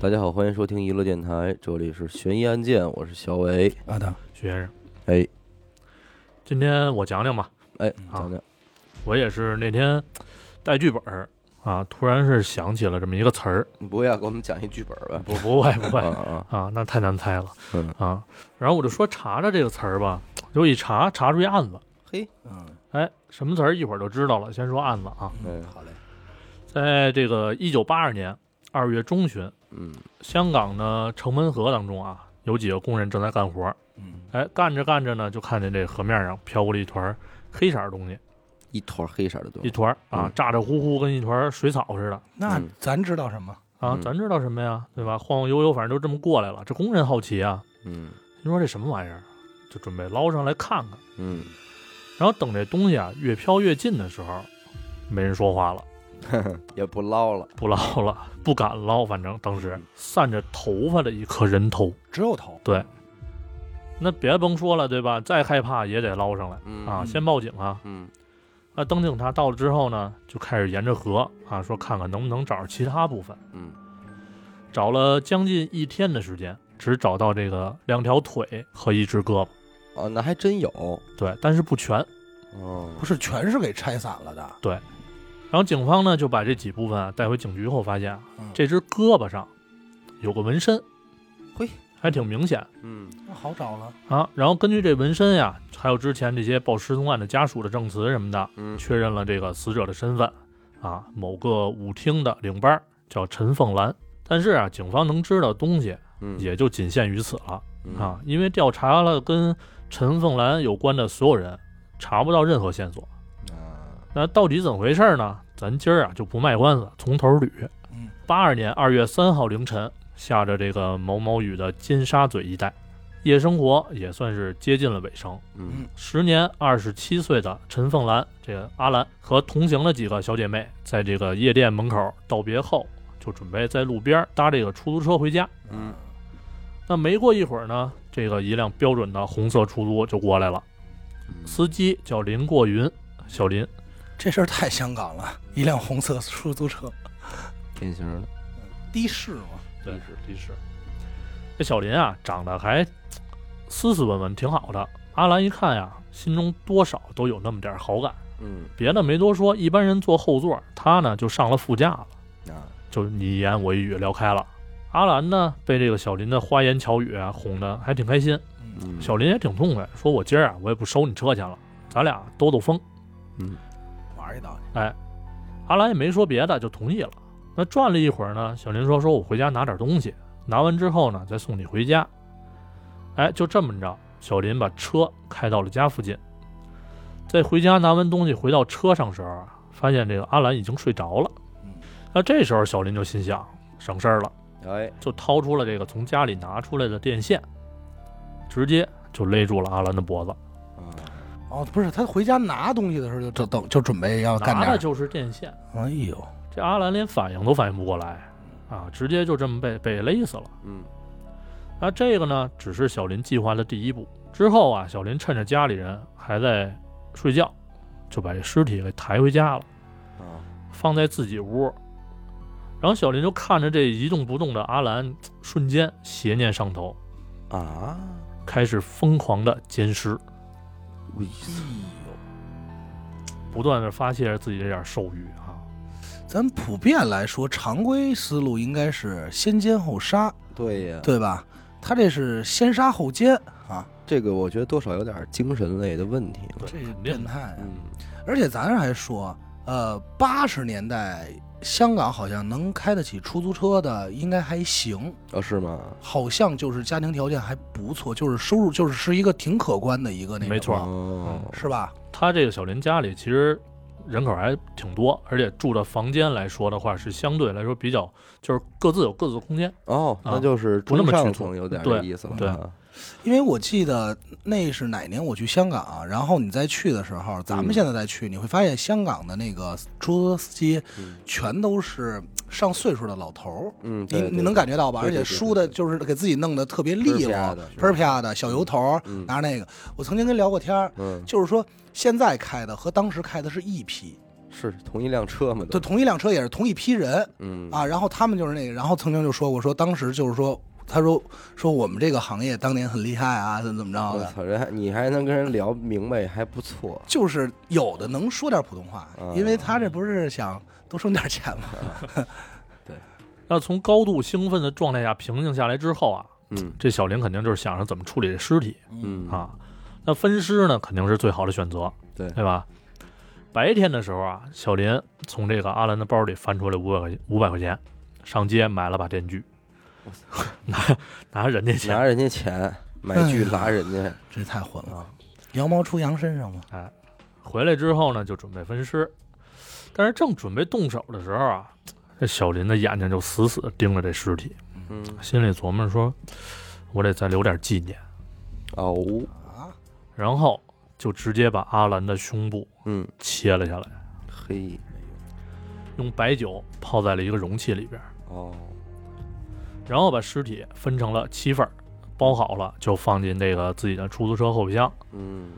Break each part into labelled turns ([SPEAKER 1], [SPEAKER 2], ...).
[SPEAKER 1] 大家好，欢迎收听娱乐电台，这里是悬疑案件，我是小伟。
[SPEAKER 2] 阿达，
[SPEAKER 3] 徐先生，
[SPEAKER 1] 哎
[SPEAKER 3] 今天我讲讲吧，
[SPEAKER 1] 哎，
[SPEAKER 3] 好
[SPEAKER 1] 讲讲，
[SPEAKER 3] 我也是那天带剧本儿啊，突然是想起了这么一个词儿，
[SPEAKER 1] 你不会要给我们讲一剧本吧？
[SPEAKER 3] 不不会不
[SPEAKER 1] 啊
[SPEAKER 3] 会
[SPEAKER 1] 啊，
[SPEAKER 3] 啊，那太难猜了
[SPEAKER 1] 嗯
[SPEAKER 3] 啊。然后我就说查查这个词儿吧，就一查查出一案子，
[SPEAKER 1] 嘿，
[SPEAKER 2] 嗯
[SPEAKER 3] 哎，什么词儿一会儿就知道了。先说案子啊，
[SPEAKER 1] 嗯
[SPEAKER 2] 好嘞，
[SPEAKER 3] 在这个一九八二年二月中旬，
[SPEAKER 1] 嗯
[SPEAKER 3] 香港的城门河当中啊，有几个工人正在干活儿，
[SPEAKER 2] 嗯
[SPEAKER 3] 哎，干着干着呢，就看见这河面上飘过了一团儿黑色儿的东西，
[SPEAKER 1] 一坨黑色的东
[SPEAKER 3] 一
[SPEAKER 1] 西，
[SPEAKER 3] 团儿啊
[SPEAKER 1] 嗯，
[SPEAKER 3] 咋咋呼呼跟一团儿水草似的。
[SPEAKER 2] 那
[SPEAKER 1] 嗯
[SPEAKER 2] 咱知道什么？
[SPEAKER 3] 啊
[SPEAKER 1] 嗯，
[SPEAKER 3] 咱知道什么呀，对吧？晃晃悠悠，反正就这么过来了。这工人好奇啊，
[SPEAKER 1] 嗯
[SPEAKER 3] 心说这什么玩意儿，啊就准备捞上来看看。
[SPEAKER 1] 嗯，
[SPEAKER 3] 然后等这东西啊越飘越近的时候，没人说话了，
[SPEAKER 1] 也不捞了，
[SPEAKER 3] 不捞了， 不敢捞。反正当
[SPEAKER 1] 嗯
[SPEAKER 3] 时散着头发的一颗人头，
[SPEAKER 2] 只有头。
[SPEAKER 3] 对那别甭说了，对吧？再害怕也得捞上来
[SPEAKER 1] 嗯
[SPEAKER 3] 啊！
[SPEAKER 2] 嗯
[SPEAKER 3] 先报警啊！
[SPEAKER 1] 嗯
[SPEAKER 3] 啊，等警察到了之后呢，就开始沿着河啊，说看看能不能找着其他部分。
[SPEAKER 1] 嗯
[SPEAKER 3] 找了将近一天的时间，只找到这个两条腿和一只胳膊。
[SPEAKER 1] 哦，那还真有
[SPEAKER 3] 对，但是不全。
[SPEAKER 1] 哦
[SPEAKER 2] 不，是全是给拆散了的。
[SPEAKER 3] 然后警方呢就把这几部分啊带回警局后，发现啊
[SPEAKER 2] 嗯
[SPEAKER 3] 这只胳膊上有个纹身，
[SPEAKER 1] 嘿，
[SPEAKER 3] 还挺明显
[SPEAKER 1] 嗯
[SPEAKER 2] 那好找了，
[SPEAKER 3] 啊。然后根据这纹身呀，还有之前这些报失踪案的家属的证词什么的，
[SPEAKER 1] 嗯
[SPEAKER 3] 确认了这个死者的身份啊，某个舞厅的领班儿叫陈凤兰。但是啊，警方能知道东西
[SPEAKER 1] 嗯
[SPEAKER 3] 也就仅限于此了
[SPEAKER 1] 嗯
[SPEAKER 3] 啊，因为调查了跟陈凤兰有关的所有人，查不到任何线索。
[SPEAKER 1] 啊
[SPEAKER 3] 那到底怎么回事呢？咱今儿啊就不卖关子，从头捋。
[SPEAKER 2] 嗯，
[SPEAKER 3] 八二年二月三号凌晨，下着这个毛毛雨的金沙嘴一带，夜生活也算是接近了尾声。
[SPEAKER 1] 嗯
[SPEAKER 3] 时年二十七岁的陈凤兰，这个阿兰和同行的几个小姐妹，在这个夜店门口道别后，就准备在路边搭这个出租车回家。
[SPEAKER 1] 嗯
[SPEAKER 3] 那没过一会儿呢，这个一辆标准的红色出租就过来了，
[SPEAKER 1] 嗯
[SPEAKER 3] 司机叫林过云，小林。
[SPEAKER 2] 这事儿太香港了， 一辆红色出租车，
[SPEAKER 1] 典型的，
[SPEAKER 2] 的士嘛，
[SPEAKER 3] 对
[SPEAKER 1] 的士，
[SPEAKER 3] 的士。这小林啊，长得还嘖斯斯文文，挺好的。阿兰一看呀，心中多少都有那么点儿好感。
[SPEAKER 1] 嗯
[SPEAKER 3] 别的没多说，一般人坐后座，他呢就上了副驾了，
[SPEAKER 1] 啊
[SPEAKER 3] 就是你一言我一语聊开了。阿兰呢，被这个小林的花言巧语啊哄得还挺开心，
[SPEAKER 2] 嗯，
[SPEAKER 1] 嗯
[SPEAKER 3] 小林也挺痛快，说我今儿啊我也不收你车钱了，咱俩兜兜风。
[SPEAKER 2] 玩一道去。
[SPEAKER 3] 阿兰也没说别的，就同意了。那转了一会儿呢，小林说：“说我回家拿点东西，拿完之后呢，再送你回家。”哎，就这么着，小林把车开到了家附近。在回家拿完东西回到车上时候啊，发现这个阿兰已经睡着了
[SPEAKER 2] 嗯。
[SPEAKER 3] 那这时候小林就心想省事儿了，
[SPEAKER 1] 哎
[SPEAKER 3] 就掏出了这个从家里拿出来的电线，直接就勒住了阿兰的脖子。
[SPEAKER 1] 啊
[SPEAKER 2] 哦，不是，他回家拿东西的时候就就等就准备要干
[SPEAKER 3] 拿
[SPEAKER 2] 点
[SPEAKER 3] 的
[SPEAKER 2] 儿。
[SPEAKER 3] 就是电线，
[SPEAKER 2] 哎呦，
[SPEAKER 3] 这阿兰连反应都反应不过来啊，直接就这么被被勒死了。
[SPEAKER 1] 嗯
[SPEAKER 3] 那这个呢，只是小林计划的第一步。之后啊，小林趁着家里人还在睡觉，就把这尸体给抬回家了，
[SPEAKER 1] 啊
[SPEAKER 3] 放在自己屋。然后小林就看着这一动不动的阿兰，瞬间邪念上头，
[SPEAKER 1] 啊，
[SPEAKER 3] 开始疯狂的奸尸，
[SPEAKER 1] 我意思
[SPEAKER 3] 不断的发泄着自己这点兽欲啊。
[SPEAKER 2] 咱普遍来说，常规思路应该是先奸后杀，
[SPEAKER 1] 对呀，
[SPEAKER 2] 对吧？他这是先杀后奸啊，
[SPEAKER 1] 这个我觉得多少有点精神类的问题了。
[SPEAKER 2] 这
[SPEAKER 3] 对，
[SPEAKER 2] 是
[SPEAKER 3] 肯定
[SPEAKER 2] 变
[SPEAKER 3] 的。
[SPEAKER 2] 态啊。
[SPEAKER 1] 嗯
[SPEAKER 2] 而且咱还说，呃，八十年代香港好像能开得起出租车的应该还行，
[SPEAKER 1] 哦，是吗？
[SPEAKER 2] 好像就是家庭条件还不错，就是收入就是是一个挺可观的一个那个，
[SPEAKER 3] 没错
[SPEAKER 1] 哦，
[SPEAKER 2] 是吧？
[SPEAKER 3] 他这个小林家里其实人口还挺多，而且住的房间来说的话，是相对来说比较就是各自有各自的空间。
[SPEAKER 1] 哦，
[SPEAKER 3] 啊
[SPEAKER 1] 那就是
[SPEAKER 3] 不那么
[SPEAKER 1] 中上
[SPEAKER 3] 局促
[SPEAKER 1] 层有点
[SPEAKER 3] 对
[SPEAKER 1] 意思了。
[SPEAKER 3] 对
[SPEAKER 1] 啊
[SPEAKER 2] 因为我记得那是哪年我去香港、啊然后你再去的时候，咱
[SPEAKER 1] 嗯
[SPEAKER 2] 们现在再去，你会发现香港的那个出租车司机
[SPEAKER 1] 嗯
[SPEAKER 2] 全都是上岁数的老头儿。
[SPEAKER 1] 嗯，
[SPEAKER 2] 你
[SPEAKER 1] 对
[SPEAKER 2] 你能感觉到吧？
[SPEAKER 1] 对
[SPEAKER 2] 而
[SPEAKER 1] 对
[SPEAKER 2] 且
[SPEAKER 1] 对
[SPEAKER 2] 梳
[SPEAKER 1] 对
[SPEAKER 2] 的就是给自己弄得特别
[SPEAKER 1] 儿
[SPEAKER 2] 利
[SPEAKER 1] 啪
[SPEAKER 2] 落
[SPEAKER 1] 的，
[SPEAKER 2] 喷儿啪的小油头儿，
[SPEAKER 1] 嗯
[SPEAKER 2] 拿着那个。我曾经跟聊过天儿，
[SPEAKER 1] 嗯
[SPEAKER 2] 就是说现在开的和当时开的是一批，
[SPEAKER 1] 是同一辆车嘛？
[SPEAKER 2] 对，
[SPEAKER 1] 都，
[SPEAKER 2] 同一辆车也是同一批人
[SPEAKER 1] 嗯
[SPEAKER 2] 啊。然后他们就是那个，然后曾经就说过，说当时就是说，他说说我们这个行业当年很厉害啊，怎么怎么着
[SPEAKER 1] 我
[SPEAKER 2] 的，
[SPEAKER 1] 操，人还你还能跟人聊明白，还不错。
[SPEAKER 2] 就是有的能说点普通话，
[SPEAKER 1] 嗯
[SPEAKER 2] 因为他这不是想多挣点钱嘛。
[SPEAKER 3] 那从高度兴奋的状态下平静下来之后啊，
[SPEAKER 1] 嗯
[SPEAKER 3] 这小林肯定就是想着怎么处理这尸体
[SPEAKER 1] 嗯，
[SPEAKER 3] 啊。那分尸呢，肯定是最好的选择，
[SPEAKER 1] 对
[SPEAKER 3] 对吧？白天的时候啊，小林从这个阿兰的包里翻出来五百块五百块钱，上街买了把电锯，拿 拿人家钱
[SPEAKER 1] 拿人家钱买剧拉人家，
[SPEAKER 2] 这太混了，羊毛出羊身上嘛。
[SPEAKER 3] 哎回来之后呢，就准备分尸，但是正准备动手的时候啊，这小林的眼睛就死死地盯着这尸体，
[SPEAKER 1] 嗯，
[SPEAKER 3] 心里琢磨说：“我得再留点纪念。
[SPEAKER 1] 哦，
[SPEAKER 2] 啊，”
[SPEAKER 3] 然后就直接把阿兰的胸部
[SPEAKER 1] 嗯，
[SPEAKER 3] 切了下来，
[SPEAKER 1] 嘿，
[SPEAKER 3] 用白酒泡在了一个容器里边，
[SPEAKER 1] 哦，
[SPEAKER 3] 然后把尸体分成了七份儿，包好了就放进这个自己的出租车后备箱。
[SPEAKER 1] 嗯，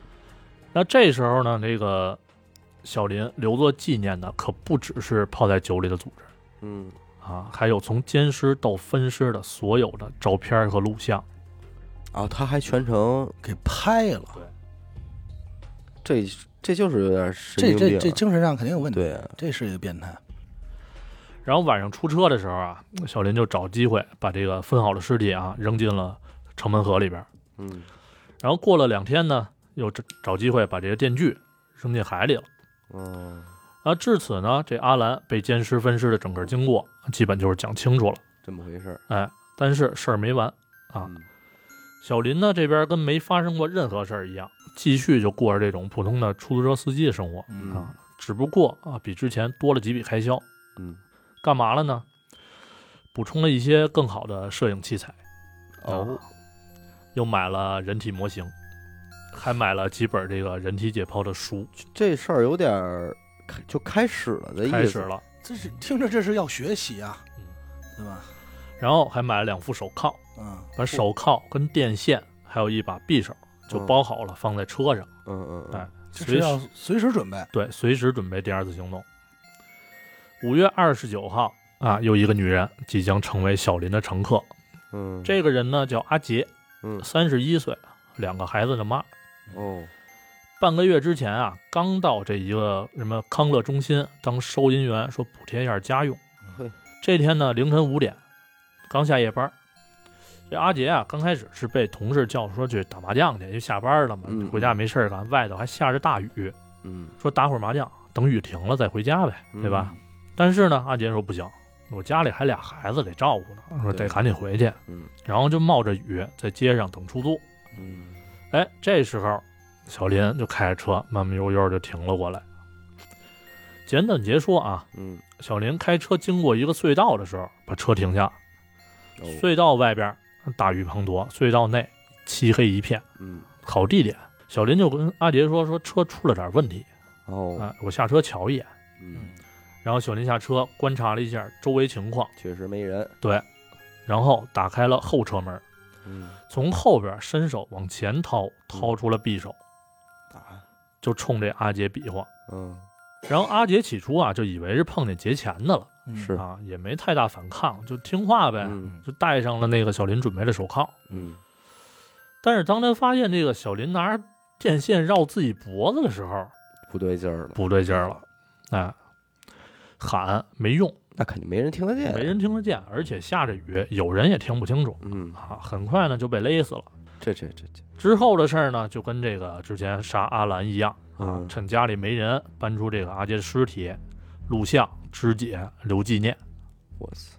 [SPEAKER 3] 那这时候呢，这个小林留作纪念的可不只是泡在酒里的组织。
[SPEAKER 1] 嗯，
[SPEAKER 3] 啊，还有从奸尸到分尸的所有的照片儿和录像。
[SPEAKER 1] 啊，他还全程，
[SPEAKER 2] 给拍了，
[SPEAKER 1] 这这就是有点神
[SPEAKER 2] 这
[SPEAKER 1] 经病
[SPEAKER 2] 这
[SPEAKER 1] 啊，
[SPEAKER 2] 这精神上肯定有问题，
[SPEAKER 1] 对啊，
[SPEAKER 2] 这是一个变态。
[SPEAKER 3] 然后晚上出车的时候啊，小林就找机会把这个分好的尸体啊扔进了城门河里边儿。
[SPEAKER 1] 嗯，
[SPEAKER 3] 然后过了两天呢，又找找机会把这个电锯扔进海里了。
[SPEAKER 1] 哦，
[SPEAKER 3] 啊，至此呢，这阿兰被奸尸分尸的整个经过基本就是讲清楚了。
[SPEAKER 1] 这么回事儿
[SPEAKER 3] 哎，但是事儿没完，啊
[SPEAKER 1] 嗯
[SPEAKER 3] 小林呢这边跟没发生过任何事儿一样，继续就过着这种普通的出租车司机的生活。
[SPEAKER 1] 嗯
[SPEAKER 3] 只不过啊，比之前多了几笔开销。
[SPEAKER 1] 嗯，
[SPEAKER 3] 干嘛了呢？补充了一些更好的摄影器材，
[SPEAKER 1] 哦，
[SPEAKER 3] 又买了人体模型，还买了几本这个人体解剖的书，
[SPEAKER 1] 这事儿有点儿开就开始了的意思，
[SPEAKER 3] 开始了。
[SPEAKER 2] 这是听着这是要学习啊
[SPEAKER 3] 嗯，
[SPEAKER 2] 对吧？
[SPEAKER 3] 然后还买了两副手铐，
[SPEAKER 2] 嗯，
[SPEAKER 3] 把手铐跟电线还有一把匕首就包好了，放在车上，
[SPEAKER 1] 嗯，嗯嗯
[SPEAKER 3] 哎，
[SPEAKER 2] 嗯这
[SPEAKER 3] 随
[SPEAKER 2] 是要
[SPEAKER 3] 时
[SPEAKER 2] 随时准备。
[SPEAKER 3] 对随时准备第二次行动。五月二十九号啊，有一个女人即将成为小林的乘客，
[SPEAKER 1] 嗯，
[SPEAKER 3] 这个人呢叫阿杰，
[SPEAKER 1] 嗯
[SPEAKER 3] 三十一岁，两个孩子的妈。
[SPEAKER 1] 哦，
[SPEAKER 3] 半个月之前啊，刚到这一个什么康乐中心当收银员，说补贴一下家用
[SPEAKER 1] 嘿。
[SPEAKER 3] 这天呢，凌晨五点，刚下夜班。这阿杰啊，刚开始是被同事叫说去打麻将去，因为下班了嘛
[SPEAKER 1] 嗯，
[SPEAKER 3] 回家没事儿干，外头还下着大雨，
[SPEAKER 1] 嗯，
[SPEAKER 3] 说打会儿麻将，等雨停了再回家呗，
[SPEAKER 1] 嗯
[SPEAKER 3] 对吧？？但是呢，阿杰说不行，我家里还俩孩子得照顾呢，说
[SPEAKER 1] 对
[SPEAKER 3] 得赶紧回去。
[SPEAKER 1] 嗯，
[SPEAKER 3] 然后就冒着雨在街上等出租。
[SPEAKER 1] 嗯，
[SPEAKER 3] 哎，这时候小林就开着车慢慢悠悠就停了过来。简短截说啊，
[SPEAKER 1] 嗯，
[SPEAKER 3] 小林开车经过一个隧道的时候，把车停下。
[SPEAKER 1] 哦，
[SPEAKER 3] 隧道外边大雨滂沱，隧道内漆黑一片，
[SPEAKER 1] 嗯，
[SPEAKER 3] 好地点。小林就跟阿杰说：“说车出了点问题，
[SPEAKER 1] 哦，
[SPEAKER 3] 哎，我下车瞧一眼。
[SPEAKER 1] 嗯，”
[SPEAKER 3] 然后小林下车观察了一下周围情况，
[SPEAKER 1] 确实没人，
[SPEAKER 3] 然后打开了后车门，
[SPEAKER 1] 嗯，
[SPEAKER 3] 从后边伸手往前掏，掏出了匕首，啊
[SPEAKER 1] 打，
[SPEAKER 3] 就冲这阿杰比划。
[SPEAKER 1] 嗯，
[SPEAKER 3] 然后阿杰起初啊，就以为是碰见劫钱的了
[SPEAKER 2] 嗯
[SPEAKER 1] 是
[SPEAKER 3] 啊，也没太大反抗，就听话呗，
[SPEAKER 1] 嗯
[SPEAKER 3] 就戴上了那个小林准备的手铐。
[SPEAKER 1] 嗯，
[SPEAKER 3] 但是当他发现这个小林拿着电线绕自己脖子的时候，
[SPEAKER 1] 不对劲儿了，
[SPEAKER 3] 不对劲儿了，哎，喊没用，
[SPEAKER 1] 那肯定没人听得见，
[SPEAKER 3] 没人听得见，而且下着雨，有人也听不清楚
[SPEAKER 1] 嗯，
[SPEAKER 3] 啊。很快呢就被勒死了。
[SPEAKER 1] 这这这这，
[SPEAKER 3] 之后的事儿呢，就跟这个之前杀阿兰一样啊
[SPEAKER 1] 嗯，
[SPEAKER 3] 趁家里没人，搬出这个阿杰的尸体、录像、肢解、留纪念。
[SPEAKER 1] 我操，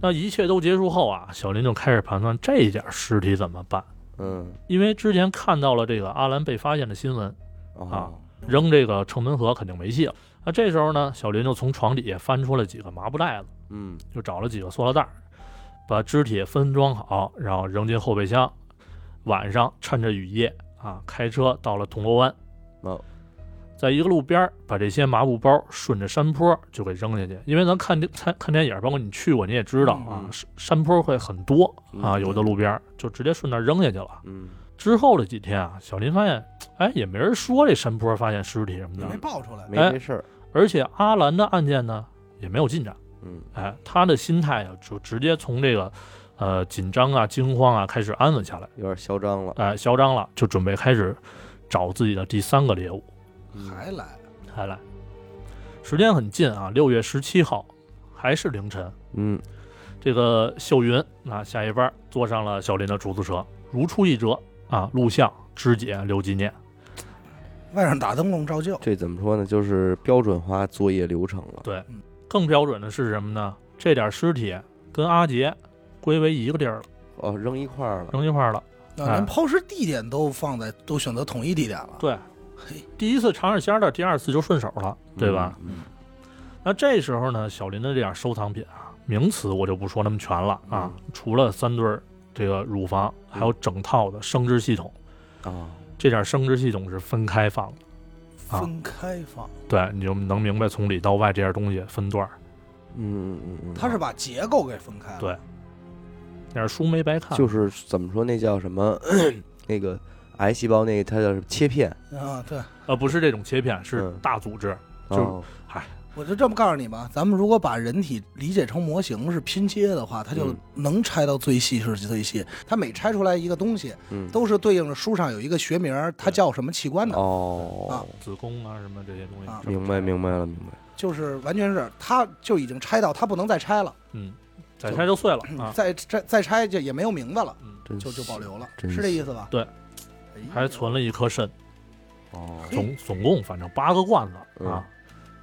[SPEAKER 3] 那一切都结束后啊，小林就开始盘算这点尸体怎么办，
[SPEAKER 1] 嗯，
[SPEAKER 3] 因为之前看到了这个阿兰被发现的新闻，
[SPEAKER 1] 哦
[SPEAKER 3] 啊，扔这个城门河肯定没戏了。那这时候呢，小林就从床底下翻出了几个麻布袋子，
[SPEAKER 1] 嗯，
[SPEAKER 3] 就找了几个塑料袋儿，把肢体分装好，然后扔进后备箱。晚上趁着雨夜啊，开车到了铜锣湾
[SPEAKER 1] 哦，
[SPEAKER 3] 在一个路边儿把这些麻布包顺着山坡就给扔下去，因为咱看电看看电影，包括你去过你也知道啊
[SPEAKER 1] 嗯，
[SPEAKER 3] 山山坡会很多啊，
[SPEAKER 1] 嗯
[SPEAKER 3] 有的路边儿就直接顺那儿扔下去了。
[SPEAKER 1] 嗯，
[SPEAKER 3] 之后的几天啊，小林发现，哎，也没人说这山坡发现尸体什么的
[SPEAKER 2] 没，爆出来，
[SPEAKER 3] 哎
[SPEAKER 1] 没这事儿，
[SPEAKER 3] 而且阿兰的案件呢也没有进展。
[SPEAKER 1] 嗯
[SPEAKER 3] 哎，他的心态啊，就直接从这个呃紧张啊、惊慌啊开始安稳下来，
[SPEAKER 1] 有点嚣张了，
[SPEAKER 3] 哎，嚣张了，就准备开始找自己的第三个猎物
[SPEAKER 1] 嗯
[SPEAKER 2] 还来，
[SPEAKER 3] 还来。时间很近啊，六月十七号，还是凌晨，
[SPEAKER 1] 嗯
[SPEAKER 3] 这个秀云啊下夜班坐上了小林的出租车，如出一辙啊，录像、肢解、留纪念。
[SPEAKER 2] 外甥打灯笼照旧，
[SPEAKER 1] 这怎么说呢？就是标准化作业流程了。
[SPEAKER 3] 对，更标准的是什么呢？这点尸体跟阿杰归为一个地儿了，
[SPEAKER 1] 哦，扔一块儿了。
[SPEAKER 3] 扔一块儿了。
[SPEAKER 2] 啊
[SPEAKER 3] 哎
[SPEAKER 2] 连抛尸地点都放在都选择统一地点了。
[SPEAKER 3] 对
[SPEAKER 2] 嘿，
[SPEAKER 3] 第一次尝着鲜儿的，第二次就顺手了，对吧？
[SPEAKER 1] 嗯？
[SPEAKER 3] 那这时候呢，小林的这点收藏品啊，名词我就不说那么全了啊，
[SPEAKER 1] 嗯
[SPEAKER 3] 除了三对儿这个乳房，还有整套的生殖系统，
[SPEAKER 1] 嗯啊，
[SPEAKER 3] 这点生殖系统是分开放的。啊
[SPEAKER 2] 分开放，
[SPEAKER 3] 对，你就能明白从里到外这点东西分段儿。
[SPEAKER 1] 嗯嗯嗯嗯，
[SPEAKER 2] 他是把结构给分开了。
[SPEAKER 3] 对那是书没白 看，
[SPEAKER 1] 就是怎么说那叫什么 那个癌细胞那个它叫什么切片，
[SPEAKER 2] 啊，对，
[SPEAKER 3] 呃，不是这种切片，是
[SPEAKER 1] 嗯
[SPEAKER 3] 大组织。就
[SPEAKER 1] 哦
[SPEAKER 2] 我就这么告诉你吧，咱们如果把人体理解成模型是拼接的话，它就
[SPEAKER 1] 嗯
[SPEAKER 2] 能拆到最细是最细。它每拆出来一个东西，
[SPEAKER 1] 嗯
[SPEAKER 2] 都是对应着书上有一个学名，它叫什么器官的，啊
[SPEAKER 1] 哦，
[SPEAKER 3] 子宫啊，什么这些东西
[SPEAKER 2] 啊，
[SPEAKER 1] 明白明白了明白，
[SPEAKER 2] 就是完全是它就已经拆到，它不能再拆了，
[SPEAKER 3] 嗯，再拆就碎 了啊，
[SPEAKER 2] 再拆再拆就也没有名字了，
[SPEAKER 3] 嗯，
[SPEAKER 1] 真
[SPEAKER 2] 就就保留了，
[SPEAKER 1] 真
[SPEAKER 2] 是这意思吧？
[SPEAKER 3] 对
[SPEAKER 2] 哎呀，
[SPEAKER 3] 嗯还存了一颗肾，
[SPEAKER 1] 哦，
[SPEAKER 3] 总总共反正八个罐子
[SPEAKER 1] 嗯
[SPEAKER 3] 啊，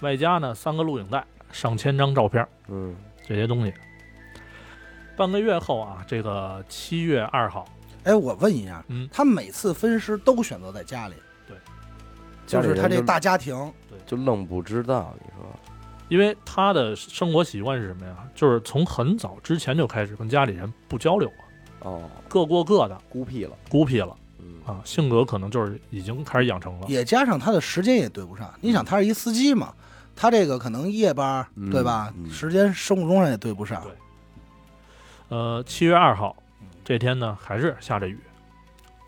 [SPEAKER 3] 外加呢三个录影带，上千张照片。
[SPEAKER 1] 嗯
[SPEAKER 3] 这些东西。半个月后啊，这个七月二号，
[SPEAKER 2] 哎，我问一下，
[SPEAKER 3] 嗯
[SPEAKER 2] 他每次分尸都选择在家里，
[SPEAKER 3] 对，
[SPEAKER 2] 就是他
[SPEAKER 1] 家里人
[SPEAKER 2] 这
[SPEAKER 1] 就哦
[SPEAKER 2] 大家庭，
[SPEAKER 1] 就愣不知道，你说
[SPEAKER 3] 因为他的生活习惯是什么呀？就是从很早之前就开始跟家里人不交流了，
[SPEAKER 1] 哦，
[SPEAKER 3] 各过各的，
[SPEAKER 1] 孤僻了，
[SPEAKER 3] 孤僻了
[SPEAKER 1] 嗯
[SPEAKER 3] 啊，性格可能就是已经开始养成了。
[SPEAKER 2] 也加上他的时间也对不上。你想，他是一司机嘛，他这个可能夜班，
[SPEAKER 1] 嗯
[SPEAKER 2] 对吧？
[SPEAKER 1] 嗯
[SPEAKER 2] 时间生物钟上也对不上
[SPEAKER 3] 对。呃，七月二号这天呢，还是下着雨，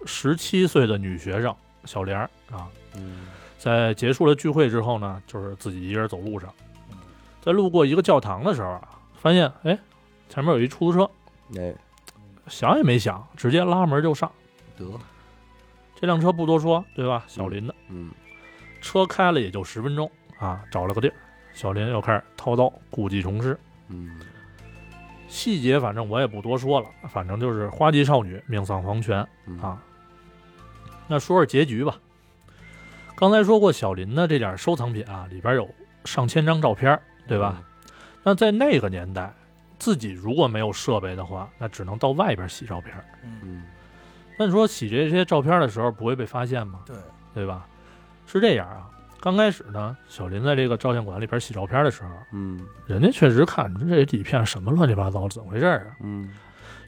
[SPEAKER 3] 十七岁的女学生小莲儿啊，
[SPEAKER 1] 嗯
[SPEAKER 3] 在结束了聚会之后呢，就是自己一个人走路上
[SPEAKER 2] 嗯，
[SPEAKER 3] 在路过一个教堂的时候啊，发现哎，前面有一出租车，
[SPEAKER 1] 哎
[SPEAKER 3] 想也没想，直接拉门就上。
[SPEAKER 1] 得
[SPEAKER 3] 这辆车不多说，对吧？小林的
[SPEAKER 1] 嗯
[SPEAKER 3] 车开了也就十分钟啊，找了个地儿，小林又开始掏刀，故技重施。
[SPEAKER 1] 嗯
[SPEAKER 3] 细节反正我也不多说了，反正就是花季少女命丧黄泉
[SPEAKER 1] 嗯
[SPEAKER 3] 啊。那说说结局吧。刚才说过，小林的这点收藏品啊，里边有上千张照片，对吧？？那在那个年代，自己如果没有设备的话，那只能到外边洗照片。
[SPEAKER 2] 嗯，
[SPEAKER 1] 嗯
[SPEAKER 3] 那你说洗这些照片的时候不会被发现吗？
[SPEAKER 2] 对，
[SPEAKER 3] 对吧？是这样啊，刚开始呢，小林在这个照相馆里边洗照片的时候，
[SPEAKER 1] 嗯
[SPEAKER 3] 人家确实看这底片什么乱七八糟，怎么回事儿啊？
[SPEAKER 1] 嗯，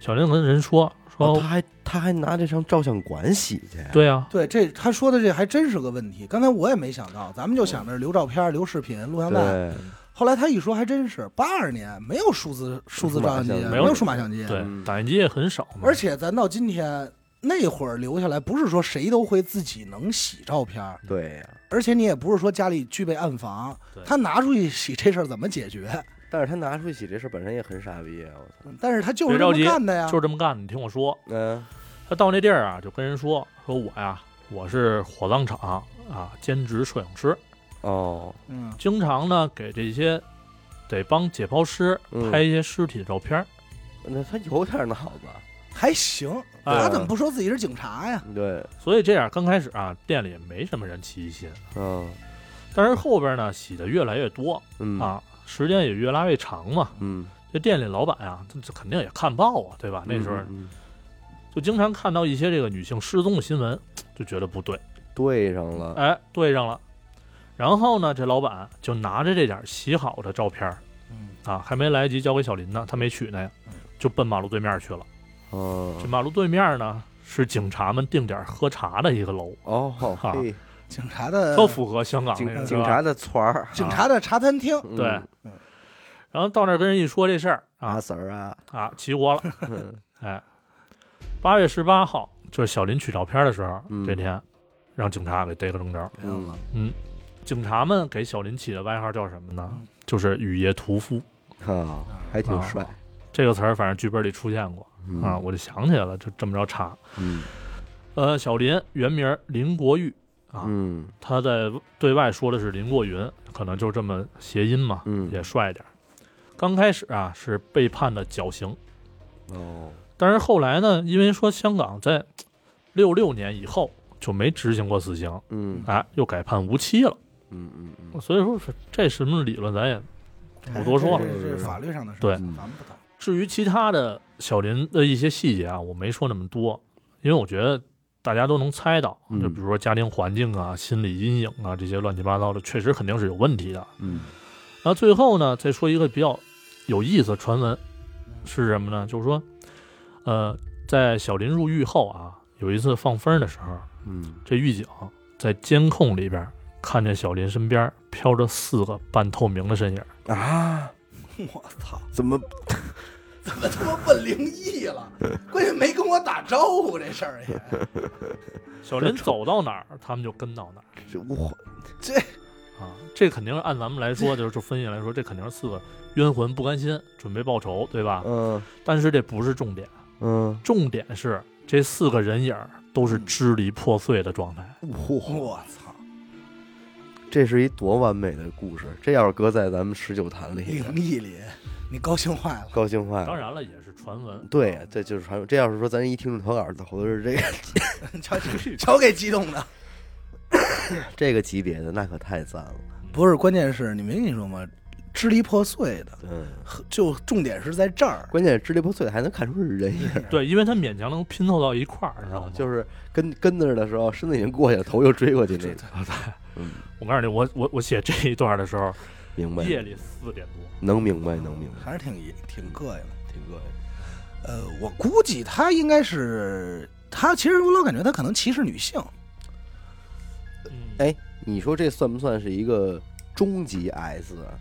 [SPEAKER 3] 小林跟人说说，
[SPEAKER 1] 哦，他还他还拿这上照相馆洗去，
[SPEAKER 3] 对啊呀、
[SPEAKER 2] 对，这他说的这还真是个问题。刚才我也没想到，咱们就想着留照片、留视频、录像带。
[SPEAKER 1] 对，
[SPEAKER 2] 后来他一说，还真是八二年没有数字数字照相机，
[SPEAKER 1] 没有
[SPEAKER 2] 没有数码相机，
[SPEAKER 3] 对，
[SPEAKER 1] 嗯
[SPEAKER 3] 打印机也很少嘛，
[SPEAKER 2] 而且咱到今天那会儿留下来，不是说谁都会自己能洗照片儿，
[SPEAKER 1] 对呀，
[SPEAKER 2] 而且你也不是说家里具备暗房
[SPEAKER 3] 对，
[SPEAKER 2] 他拿出去洗这事儿怎么解决？
[SPEAKER 1] 但是他拿出去洗这事儿本身也很傻逼啊，我操，
[SPEAKER 2] 但是他就是
[SPEAKER 3] 别
[SPEAKER 2] 这
[SPEAKER 3] 着
[SPEAKER 2] 么
[SPEAKER 3] 急
[SPEAKER 2] 干的呀
[SPEAKER 3] 就。是这么干。你听我说，
[SPEAKER 1] 嗯
[SPEAKER 3] 他到那地儿啊，就跟人说说我呀，我是火葬场啊兼职摄影师，
[SPEAKER 1] 哦，
[SPEAKER 2] 嗯，
[SPEAKER 3] 经常呢给这些得帮解剖师
[SPEAKER 1] 嗯
[SPEAKER 3] 拍一些尸体的照片儿。
[SPEAKER 1] 那他有点脑子，
[SPEAKER 2] 还行。
[SPEAKER 3] 哎
[SPEAKER 2] 他怎么不说自己是警察呀？
[SPEAKER 1] 对，
[SPEAKER 3] 所以这样刚开始啊，店里也没什么人起疑心，
[SPEAKER 1] 嗯
[SPEAKER 3] 但是后边呢洗的越来越多，
[SPEAKER 1] 嗯
[SPEAKER 3] 啊，时间也越拉越长嘛。
[SPEAKER 1] 嗯，
[SPEAKER 3] 这店里老板啊，这这肯定也看报啊，对吧？那时候
[SPEAKER 1] 嗯嗯
[SPEAKER 3] 就经常看到一些这个女性失踪的新闻，就觉得不对，
[SPEAKER 1] 对上了，
[SPEAKER 3] 哎，对上了。然后呢，这老板就拿着这点洗好的照片儿
[SPEAKER 2] 嗯，
[SPEAKER 3] 啊，还没来得及交给小林呢，他没取那个，就奔马路对面去了。这
[SPEAKER 1] 嗯
[SPEAKER 3] 马路对面呢是警察们定点喝茶的一个楼，
[SPEAKER 1] 哦，
[SPEAKER 3] 哈
[SPEAKER 1] 嘿
[SPEAKER 2] 警察的
[SPEAKER 3] 特符合香港
[SPEAKER 1] 嗯
[SPEAKER 3] 那
[SPEAKER 1] 警
[SPEAKER 3] 个
[SPEAKER 1] 警。
[SPEAKER 3] 是吧
[SPEAKER 1] 察的团儿，
[SPEAKER 2] 警察的茶餐厅。
[SPEAKER 1] 嗯
[SPEAKER 3] 对
[SPEAKER 2] 嗯，
[SPEAKER 3] 然后到那儿跟人一说这事儿
[SPEAKER 1] 阿
[SPEAKER 3] 啊
[SPEAKER 1] Sir 啊，
[SPEAKER 3] 啊，齐活了。
[SPEAKER 1] 嗯
[SPEAKER 3] 哎，八月十八号，就是小林取照片的时候，
[SPEAKER 1] 嗯
[SPEAKER 3] 这天让警察给逮个正着。
[SPEAKER 2] 没有了
[SPEAKER 1] 嗯
[SPEAKER 3] 嗯，警察们给小林起的外号叫什么呢？就是雨夜屠夫
[SPEAKER 1] 啊，还挺帅，
[SPEAKER 3] 这个词儿，反正剧本里出现过
[SPEAKER 1] 嗯
[SPEAKER 3] 啊，我就想起来了，就这么着查。
[SPEAKER 1] 嗯
[SPEAKER 3] 呃，小林原名林国玉，啊
[SPEAKER 1] 嗯
[SPEAKER 3] 他在对外说的是林过云，可能就这么谐音嘛，
[SPEAKER 1] 嗯，
[SPEAKER 3] 也帅点儿。刚开始啊是被判的绞刑，
[SPEAKER 1] 哦，
[SPEAKER 3] 但是后来呢，因为说香港在六六年以后就没执行过死刑，
[SPEAKER 1] 嗯
[SPEAKER 3] 哎，又改判无期了。
[SPEAKER 1] 嗯嗯嗯，
[SPEAKER 3] 所以说是这什么理论咱也
[SPEAKER 2] 哎
[SPEAKER 3] 不多说
[SPEAKER 2] 这
[SPEAKER 3] 了。
[SPEAKER 2] 这这是法律上的事，
[SPEAKER 3] 对
[SPEAKER 2] 咱们不谈。
[SPEAKER 3] 至于其他的小林的一些细节啊，我没说那么多，因为我觉得大家都能猜到，
[SPEAKER 1] 嗯
[SPEAKER 3] 就比如说家庭环境啊、心理阴影啊这些乱七八糟的，确实肯定是有问题的。
[SPEAKER 1] 嗯
[SPEAKER 3] 然后最后呢，再说一个比较有意思的传闻是什么呢？就是说，呃，在小林入狱后啊，有一次放风的时候，
[SPEAKER 1] 嗯，
[SPEAKER 3] 这狱警在监控里边看见小林身边飘着四个半透明的身影。
[SPEAKER 1] 啊，
[SPEAKER 2] 我操，
[SPEAKER 1] 怎么
[SPEAKER 2] 怎么他妈奔灵异了？关键没跟我打招呼这事儿也，
[SPEAKER 3] 小林走到哪儿，他们就跟到哪儿
[SPEAKER 1] 这我
[SPEAKER 3] 啊。这肯定是按咱们来说，就是就分析来说，这肯定是四个冤魂不甘心，准备报仇，对吧？
[SPEAKER 1] 嗯
[SPEAKER 3] 但是这不是重点，
[SPEAKER 1] 嗯，
[SPEAKER 3] 重点是这四个人影儿都是支离破碎的状态。
[SPEAKER 1] 嚯，
[SPEAKER 2] 我操，
[SPEAKER 1] 这是一多完美的故事！这要是搁在咱们十九坛里，
[SPEAKER 2] 灵异里你高兴坏了。
[SPEAKER 1] 高兴坏
[SPEAKER 3] 当
[SPEAKER 1] 了。
[SPEAKER 3] 然了，也是传闻。
[SPEAKER 1] 对，这就是传。这要是说咱一听众投稿，投的是这个
[SPEAKER 2] 瞧瞧给激动的，
[SPEAKER 1] 这个级别的，那可太赞了。
[SPEAKER 2] 不是，关键是你没跟你说吗？支离破碎的，
[SPEAKER 1] 嗯，
[SPEAKER 2] 和就重点是在这儿。
[SPEAKER 1] 关键是支离破碎，还能看出是人影儿，
[SPEAKER 3] 对，因为他勉强能拼凑到一块儿，你知道吗？
[SPEAKER 1] 嗯就是跟跟那儿的时候，身子已经过去了，头又追过去那
[SPEAKER 2] 对
[SPEAKER 1] 种。
[SPEAKER 3] 我告诉你，我我我写这一段的时候，
[SPEAKER 1] 明白，
[SPEAKER 3] 夜里四点多，
[SPEAKER 1] 能明白，能明白，
[SPEAKER 2] 还是挺挺膈应的。
[SPEAKER 1] 挺膈应。
[SPEAKER 2] 呃，我估计他应该是他，其实我老感觉他可能歧视女性。
[SPEAKER 3] 嗯，
[SPEAKER 1] 哎，你说这算不算是一个终极 S 啊？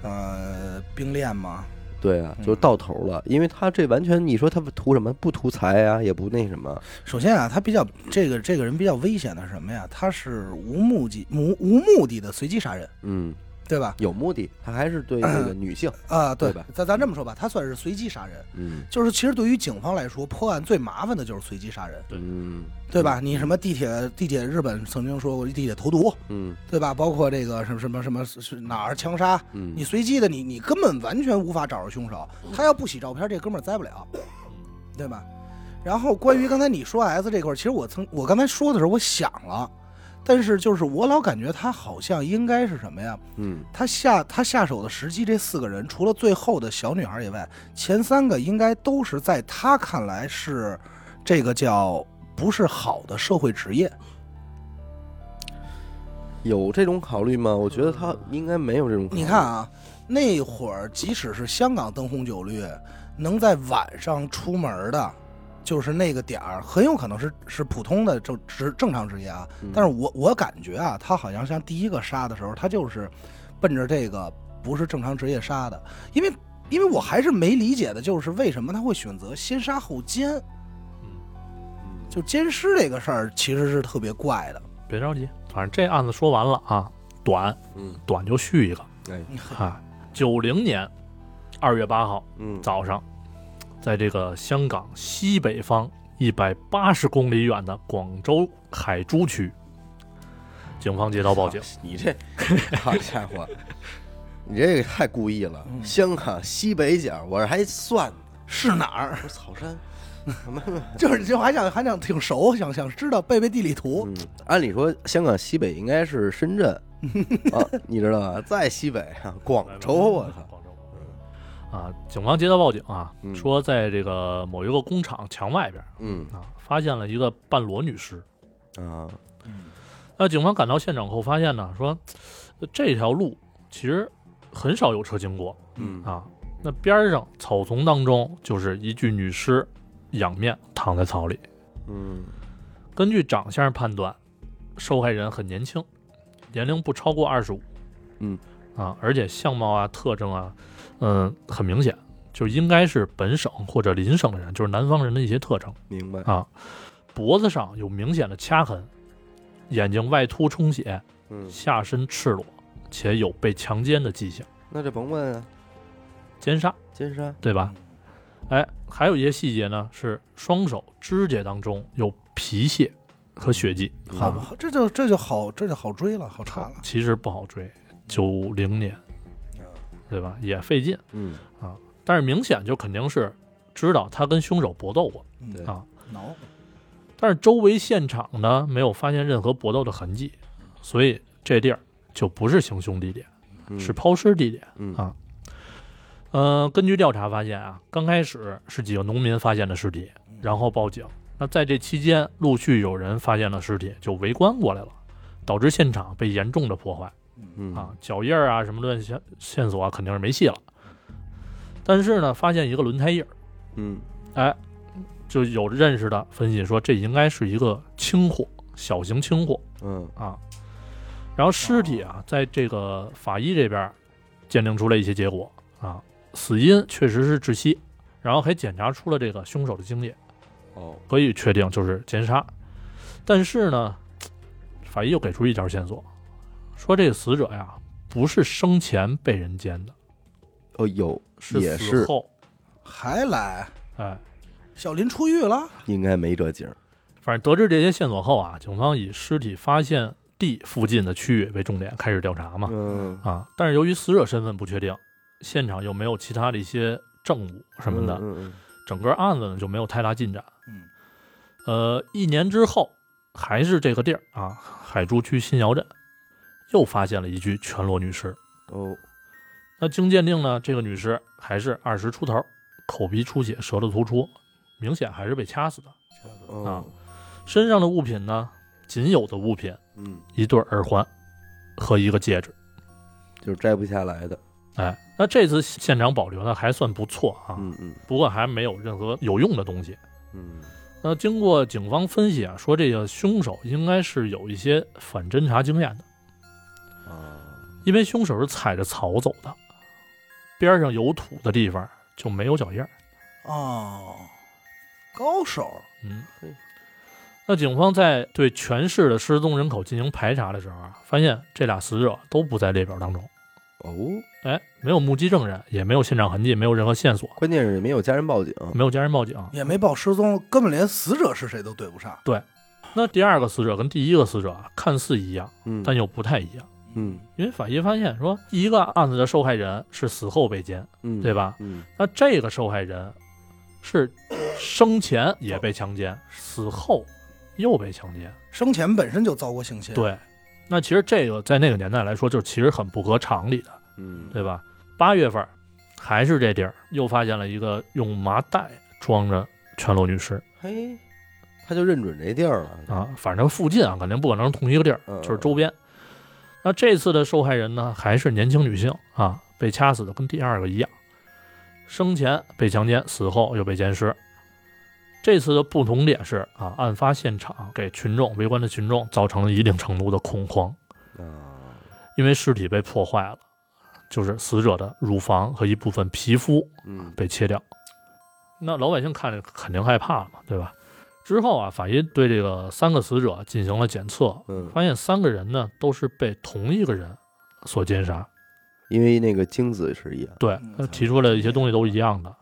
[SPEAKER 2] 呃，冰恋吗？
[SPEAKER 1] 对啊，
[SPEAKER 2] 嗯
[SPEAKER 1] 就是到头了，因为他这完全，你说他不图什么？不图财啊，也不那什么。
[SPEAKER 2] 首先啊，他比较这个这个人比较危险的是什么呀？他是无目的无无目的的随机杀人，
[SPEAKER 1] 嗯，
[SPEAKER 2] 对吧？
[SPEAKER 1] 有目的，他还是对这个女性。
[SPEAKER 2] 啊、对，
[SPEAKER 1] 对吧
[SPEAKER 2] 咱咱这么说吧，他算是随机杀人。
[SPEAKER 1] 嗯
[SPEAKER 2] 就是其实对于警方来说，破案最麻烦的就是随机杀人，
[SPEAKER 3] 对
[SPEAKER 1] 嗯
[SPEAKER 2] 对吧？你什么地铁地铁，日本曾经说过地铁投毒，
[SPEAKER 1] 嗯
[SPEAKER 2] 对吧？包括这个什么什么什么是哪儿枪杀，
[SPEAKER 1] 嗯，
[SPEAKER 2] 你随机的你你根本完全无法找着凶手。他要不洗照片，这哥们儿栽不了，对吧？然后关于刚才你说 S 这块儿，其实我曾我刚才说的时候我想了，但是就是我老感觉他好像应该是什么呀？
[SPEAKER 1] 嗯
[SPEAKER 2] 他下他下手的时机，这四个人除了最后的小女孩以外，前三个应该都是在他看来是这个叫不是好的社会职业。
[SPEAKER 1] 有这种考虑吗？我觉得他应该没有这种考虑。
[SPEAKER 2] 你看，啊，那会儿即使是香港灯红酒绿，能在晚上出门的，就是那个点儿，很有可能是是普通的正职正常职业啊。
[SPEAKER 1] 嗯
[SPEAKER 2] 但是我我感觉啊，他好像像第一个杀的时候，他就是奔着这个不是正常职业杀的，因为因为我还是没理解的就是为什么他会选择先杀后奸，
[SPEAKER 3] 嗯，
[SPEAKER 1] 嗯
[SPEAKER 2] 就奸尸这个事儿其实是特别怪的。
[SPEAKER 3] 别着急，反正这案子说完了啊，短
[SPEAKER 1] 嗯，
[SPEAKER 3] 短就续一个
[SPEAKER 1] 哎，
[SPEAKER 3] 啊。九零年二月八号
[SPEAKER 1] 嗯，
[SPEAKER 3] 早上，在这个香港西北方一百八十公里远的广州海珠区，警方接到报警。
[SPEAKER 1] 你这，好家伙，你这个太故意了。
[SPEAKER 2] 嗯
[SPEAKER 1] 香港西北角，我这还算呢，
[SPEAKER 2] 是哪儿
[SPEAKER 1] 我？说草山。
[SPEAKER 2] 就是就还想还想挺熟，想想知道背背地理图。
[SPEAKER 1] 嗯，按理说香港西北应该是深 圳啊，你知道吧？在西北啊，广州，我操，
[SPEAKER 3] 广州。啊，警方接到报警啊，
[SPEAKER 1] 嗯
[SPEAKER 3] 说在这个某一个工厂墙外边
[SPEAKER 1] 嗯
[SPEAKER 3] 啊，发现了一个半裸女尸。
[SPEAKER 1] 啊，
[SPEAKER 2] 嗯
[SPEAKER 3] 嗯那警方赶到现场后发现呢，说呃这条路其实很少有车经过
[SPEAKER 1] 嗯
[SPEAKER 3] 啊，那边儿上草丛当中就是一具女尸，仰面躺在草里。
[SPEAKER 1] 嗯
[SPEAKER 3] 根据长相判断，受害人很年轻，年龄不超过二十五。
[SPEAKER 1] 嗯，
[SPEAKER 3] 啊，而且相貌啊、特征啊，嗯，很明显，就应该是本省或者邻省的人，就是南方人的一些特征
[SPEAKER 1] 明白，
[SPEAKER 3] 啊。脖子上有明显的掐痕，眼睛外凸充血，
[SPEAKER 1] 嗯，
[SPEAKER 3] 下身赤裸，且有被强奸的迹象，
[SPEAKER 1] 那就甭问啊，
[SPEAKER 3] 奸杀，
[SPEAKER 1] 金山，
[SPEAKER 3] 对吧？
[SPEAKER 2] 嗯
[SPEAKER 3] 哎，还有一些细节呢，是双手指甲当中有皮屑和血迹，
[SPEAKER 2] 嗯
[SPEAKER 3] 啊
[SPEAKER 2] 好吧，这就这就好，这就好追了，好查了。
[SPEAKER 3] 其实不好追，九零年，对吧？也费劲，
[SPEAKER 1] 嗯，
[SPEAKER 3] 但是明显就肯定是知道他跟凶手搏斗过，
[SPEAKER 2] 嗯
[SPEAKER 1] 对
[SPEAKER 3] 啊，
[SPEAKER 2] 挠
[SPEAKER 3] 但是周围现场呢没有发现任何搏斗的痕迹，所以这地儿就不是行凶地点，
[SPEAKER 1] 嗯
[SPEAKER 3] 是，抛尸地点。
[SPEAKER 1] 嗯
[SPEAKER 3] 啊呃，根据调查发现啊，刚开始是几个农民发现的尸体，
[SPEAKER 2] 嗯
[SPEAKER 3] 然后报警。那在这期间，陆续有人发现了尸体，就围观过来了，导致现场被严重的破坏
[SPEAKER 1] 嗯
[SPEAKER 3] 啊，，脚印儿啊什么乱线线索啊，肯定是没戏了。但是呢，发现一个轮胎印儿，
[SPEAKER 1] 嗯
[SPEAKER 3] 哎，就有认识的分析说，这应该是一个轻货，小型轻货
[SPEAKER 1] 嗯
[SPEAKER 3] 啊。然后尸体啊，在这个法医这边鉴定出了一些结果啊，死因确实是窒息，然后还检查出了这个凶手的精液，
[SPEAKER 1] 哦，
[SPEAKER 3] 可以确定就是奸杀。但是呢，法医又给出一条线索，说这个死者呀不是生前被人奸的，
[SPEAKER 1] 哦有，也
[SPEAKER 3] 死
[SPEAKER 1] 是
[SPEAKER 3] 后，
[SPEAKER 2] 还来，
[SPEAKER 3] 哎，
[SPEAKER 2] 小林出狱了，
[SPEAKER 1] 应该没这景儿，
[SPEAKER 3] 反正得知这些线索后啊，警方以尸体发现地附近的区域为重点开始调查嘛。
[SPEAKER 1] 嗯
[SPEAKER 3] 啊，但是由于死者身份不确定，现场又没有其他的一些证物什么的，
[SPEAKER 1] 嗯
[SPEAKER 3] 整个案子呢就没有太大进展。
[SPEAKER 2] 嗯，
[SPEAKER 3] 呃，一年之后，还是这个地儿啊，海珠区新窑镇，又发现了一具全裸女尸。
[SPEAKER 1] 哦，
[SPEAKER 3] 那经鉴定呢，这个女尸还是二十出头，口鼻出血，舌头突出，明显还是被掐死的。
[SPEAKER 1] 哦，
[SPEAKER 3] 身上的物品呢，仅有的物品
[SPEAKER 1] 嗯，
[SPEAKER 3] 一对耳环和一个戒指。
[SPEAKER 1] 就是摘不下来的，
[SPEAKER 3] 哎，那这次现场保留呢还算不错啊，
[SPEAKER 1] 嗯嗯
[SPEAKER 3] 不过还没有任何有用的东西。
[SPEAKER 1] 嗯，
[SPEAKER 3] 那经过警方分析啊，说这个凶手应该是有一些反侦查经验的，
[SPEAKER 1] 啊，
[SPEAKER 3] 因为凶手是踩着草走的，边上有土的地方就没有脚印儿。
[SPEAKER 2] 哦，高手，
[SPEAKER 3] 嗯
[SPEAKER 1] 嘿，
[SPEAKER 3] 那警方在对全市的失踪人口进行排查的时候啊，发现这俩死者都不在列表当中。
[SPEAKER 1] 哦，
[SPEAKER 3] 哎，没有目击证人，也没有现场痕迹，没有任何线索，
[SPEAKER 1] 关键是也没有家人报警，
[SPEAKER 3] 没有家人报警，
[SPEAKER 2] 也没报失踪，根本连死者是谁都对不上。
[SPEAKER 3] 那第二个死者跟第一个死者啊，看似一样，
[SPEAKER 1] 嗯
[SPEAKER 3] 但又不太一样，
[SPEAKER 1] 嗯
[SPEAKER 3] 因为法医发现说，第一个案子的受害人是死后被奸，
[SPEAKER 1] 嗯，
[SPEAKER 3] 对？吧？
[SPEAKER 1] 嗯
[SPEAKER 3] 那这个受害人是生前也被强奸，死后又被强奸，
[SPEAKER 2] 生前本身就遭过性侵，，
[SPEAKER 3] 对。那其实这个在那个年代来说，就其实很不合常理的，
[SPEAKER 1] 嗯，
[SPEAKER 3] 对吧？八月份还是这地儿又发现了一个用麻袋装着全裸女尸
[SPEAKER 1] 嘿，他就认准这地儿了，
[SPEAKER 3] 啊，反正附近啊，肯定不可能是同一个地儿，
[SPEAKER 1] 嗯
[SPEAKER 3] 就是周边。那这次的受害人呢，还是年轻女性啊，被掐死的跟第二个一样，生前被强奸，死后又被奸尸。这次的不同点是啊，案发现场给群众围观的群众造成了一定程度的恐慌，
[SPEAKER 1] 啊，
[SPEAKER 3] 因为尸体被破坏了，就是死者的乳房和一部分皮肤
[SPEAKER 1] 嗯
[SPEAKER 3] 被切掉。那老百姓看着肯定害怕了嘛，对吧？之后啊，法医对这个三个死者进行了检测，
[SPEAKER 1] 嗯，
[SPEAKER 3] 发现三个人呢都是被同一个人所奸杀。
[SPEAKER 1] 因为那个精子是一样，
[SPEAKER 3] 对
[SPEAKER 2] 嗯，
[SPEAKER 3] 他提出来的一些东西都是一样的。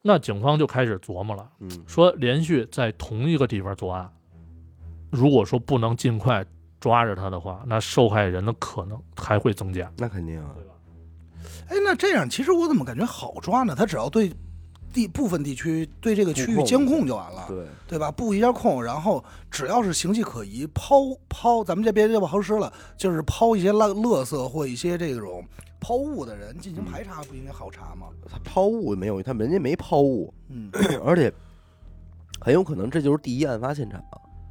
[SPEAKER 3] 那警方就开始琢磨了，
[SPEAKER 1] 嗯，
[SPEAKER 3] 说连续在同一个地方作案，如果说不能尽快抓着他的话，那受害人的可能还会增
[SPEAKER 2] 嗯
[SPEAKER 3] 加。
[SPEAKER 1] 那肯定啊，
[SPEAKER 2] 哎，那这样其实我怎么感觉好抓呢？他只要对地部分地区对这个区域监控就完了，
[SPEAKER 1] 对，
[SPEAKER 2] 对吧？布一下控，然后只要是形迹可疑，抛抛，咱们这边就不好使了，就是抛一些垃垃圾或一些这种抛物的人进行
[SPEAKER 1] 嗯
[SPEAKER 2] 排查，不应该好查吗？
[SPEAKER 1] 他抛物没有，他人家没抛物，
[SPEAKER 2] 嗯
[SPEAKER 1] 而且很有可能这就是第一案发现场。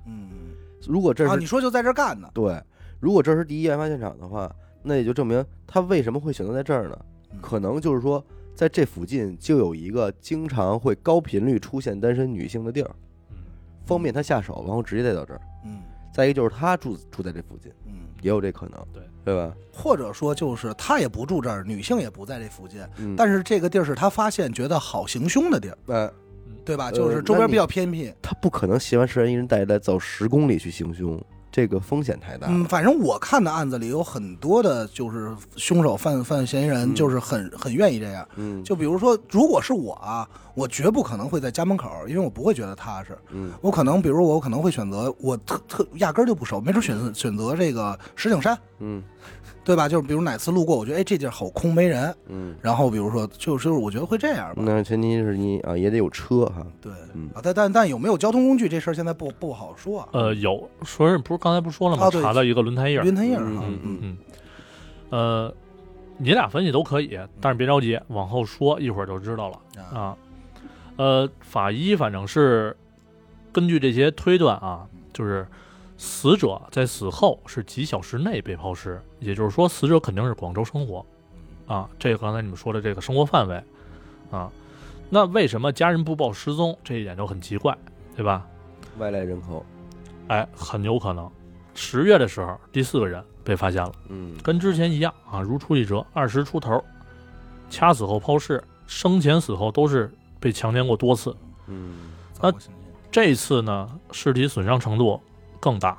[SPEAKER 2] 嗯，
[SPEAKER 1] 如果这
[SPEAKER 2] 啊，
[SPEAKER 1] 是
[SPEAKER 2] 你说就在这儿干呢？
[SPEAKER 1] 对，如果这是第一案发现场的话，那也就证明他为什么会选择在这儿呢？
[SPEAKER 2] 嗯
[SPEAKER 1] 可能就是说，在这附近就有一个经常会高频率出现单身女性的地儿，方便他下手，然后直接带到这儿。
[SPEAKER 2] 嗯
[SPEAKER 1] 再一个就是他住住在这附近，
[SPEAKER 2] 嗯，
[SPEAKER 1] 也有这可能，
[SPEAKER 3] 对
[SPEAKER 1] 对吧？
[SPEAKER 2] 或者说就是他也不住这儿，女性也不在这附近，
[SPEAKER 1] 嗯，
[SPEAKER 2] 但是这个地儿是他发现觉得好行凶的地儿，
[SPEAKER 1] 呃，
[SPEAKER 2] 对吧？
[SPEAKER 1] 呃
[SPEAKER 2] 就是周边比较偏僻，
[SPEAKER 1] 他不可能携完尸人一人带来走十公里去行凶，这个风险太大了。
[SPEAKER 2] 嗯，反正我看的案子里有很多的，就是凶手犯犯嫌疑人
[SPEAKER 1] 嗯
[SPEAKER 2] 就是很很愿意这样。
[SPEAKER 1] 嗯，
[SPEAKER 2] 就比如说，如果是我啊，我绝不可能会在家门口，因为我不会觉得踏实。
[SPEAKER 1] 嗯
[SPEAKER 2] 我可能，比如我可能会选择，我特特压根儿就不熟，没准选选择这个石景山，
[SPEAKER 1] 嗯
[SPEAKER 2] 对吧？就是比如哪次路过，我觉得哎这地儿好空没人，
[SPEAKER 1] 嗯，
[SPEAKER 2] 然后比如说就是就是我觉得会这样吧。
[SPEAKER 1] 那前提是你啊也得有车哈。
[SPEAKER 2] 对
[SPEAKER 1] 嗯
[SPEAKER 2] 啊，但但但有没有交通工具这事儿现在不不好说啊。
[SPEAKER 3] 呃，有说是不是刚才不说了吗？
[SPEAKER 2] 啊对
[SPEAKER 3] 查到一个轮胎印儿，
[SPEAKER 2] 晕他印儿哈，
[SPEAKER 1] 嗯嗯
[SPEAKER 3] 嗯，呃，你俩分析都可以，但是别着急，往后说一会儿就知道了
[SPEAKER 2] 啊，
[SPEAKER 3] 啊。呃，法医反正是根据这些推断啊，就是死者在死后是几小时内被抛尸，也就是说死者肯定是广州生活啊，这个刚才你们说的这个生活范围啊，那为什么家人不报失踪？这一点就很奇怪，对吧？
[SPEAKER 1] 外来人口，
[SPEAKER 3] 哎，很有可能十月的时候第四个人被发现了。
[SPEAKER 1] 嗯
[SPEAKER 3] 跟之前一样啊，如出一辙，二十出头，掐死后抛尸，生前死后都是被强奸过多次。
[SPEAKER 1] 嗯，
[SPEAKER 2] 早我信信
[SPEAKER 3] 这次呢，尸体损伤程度更大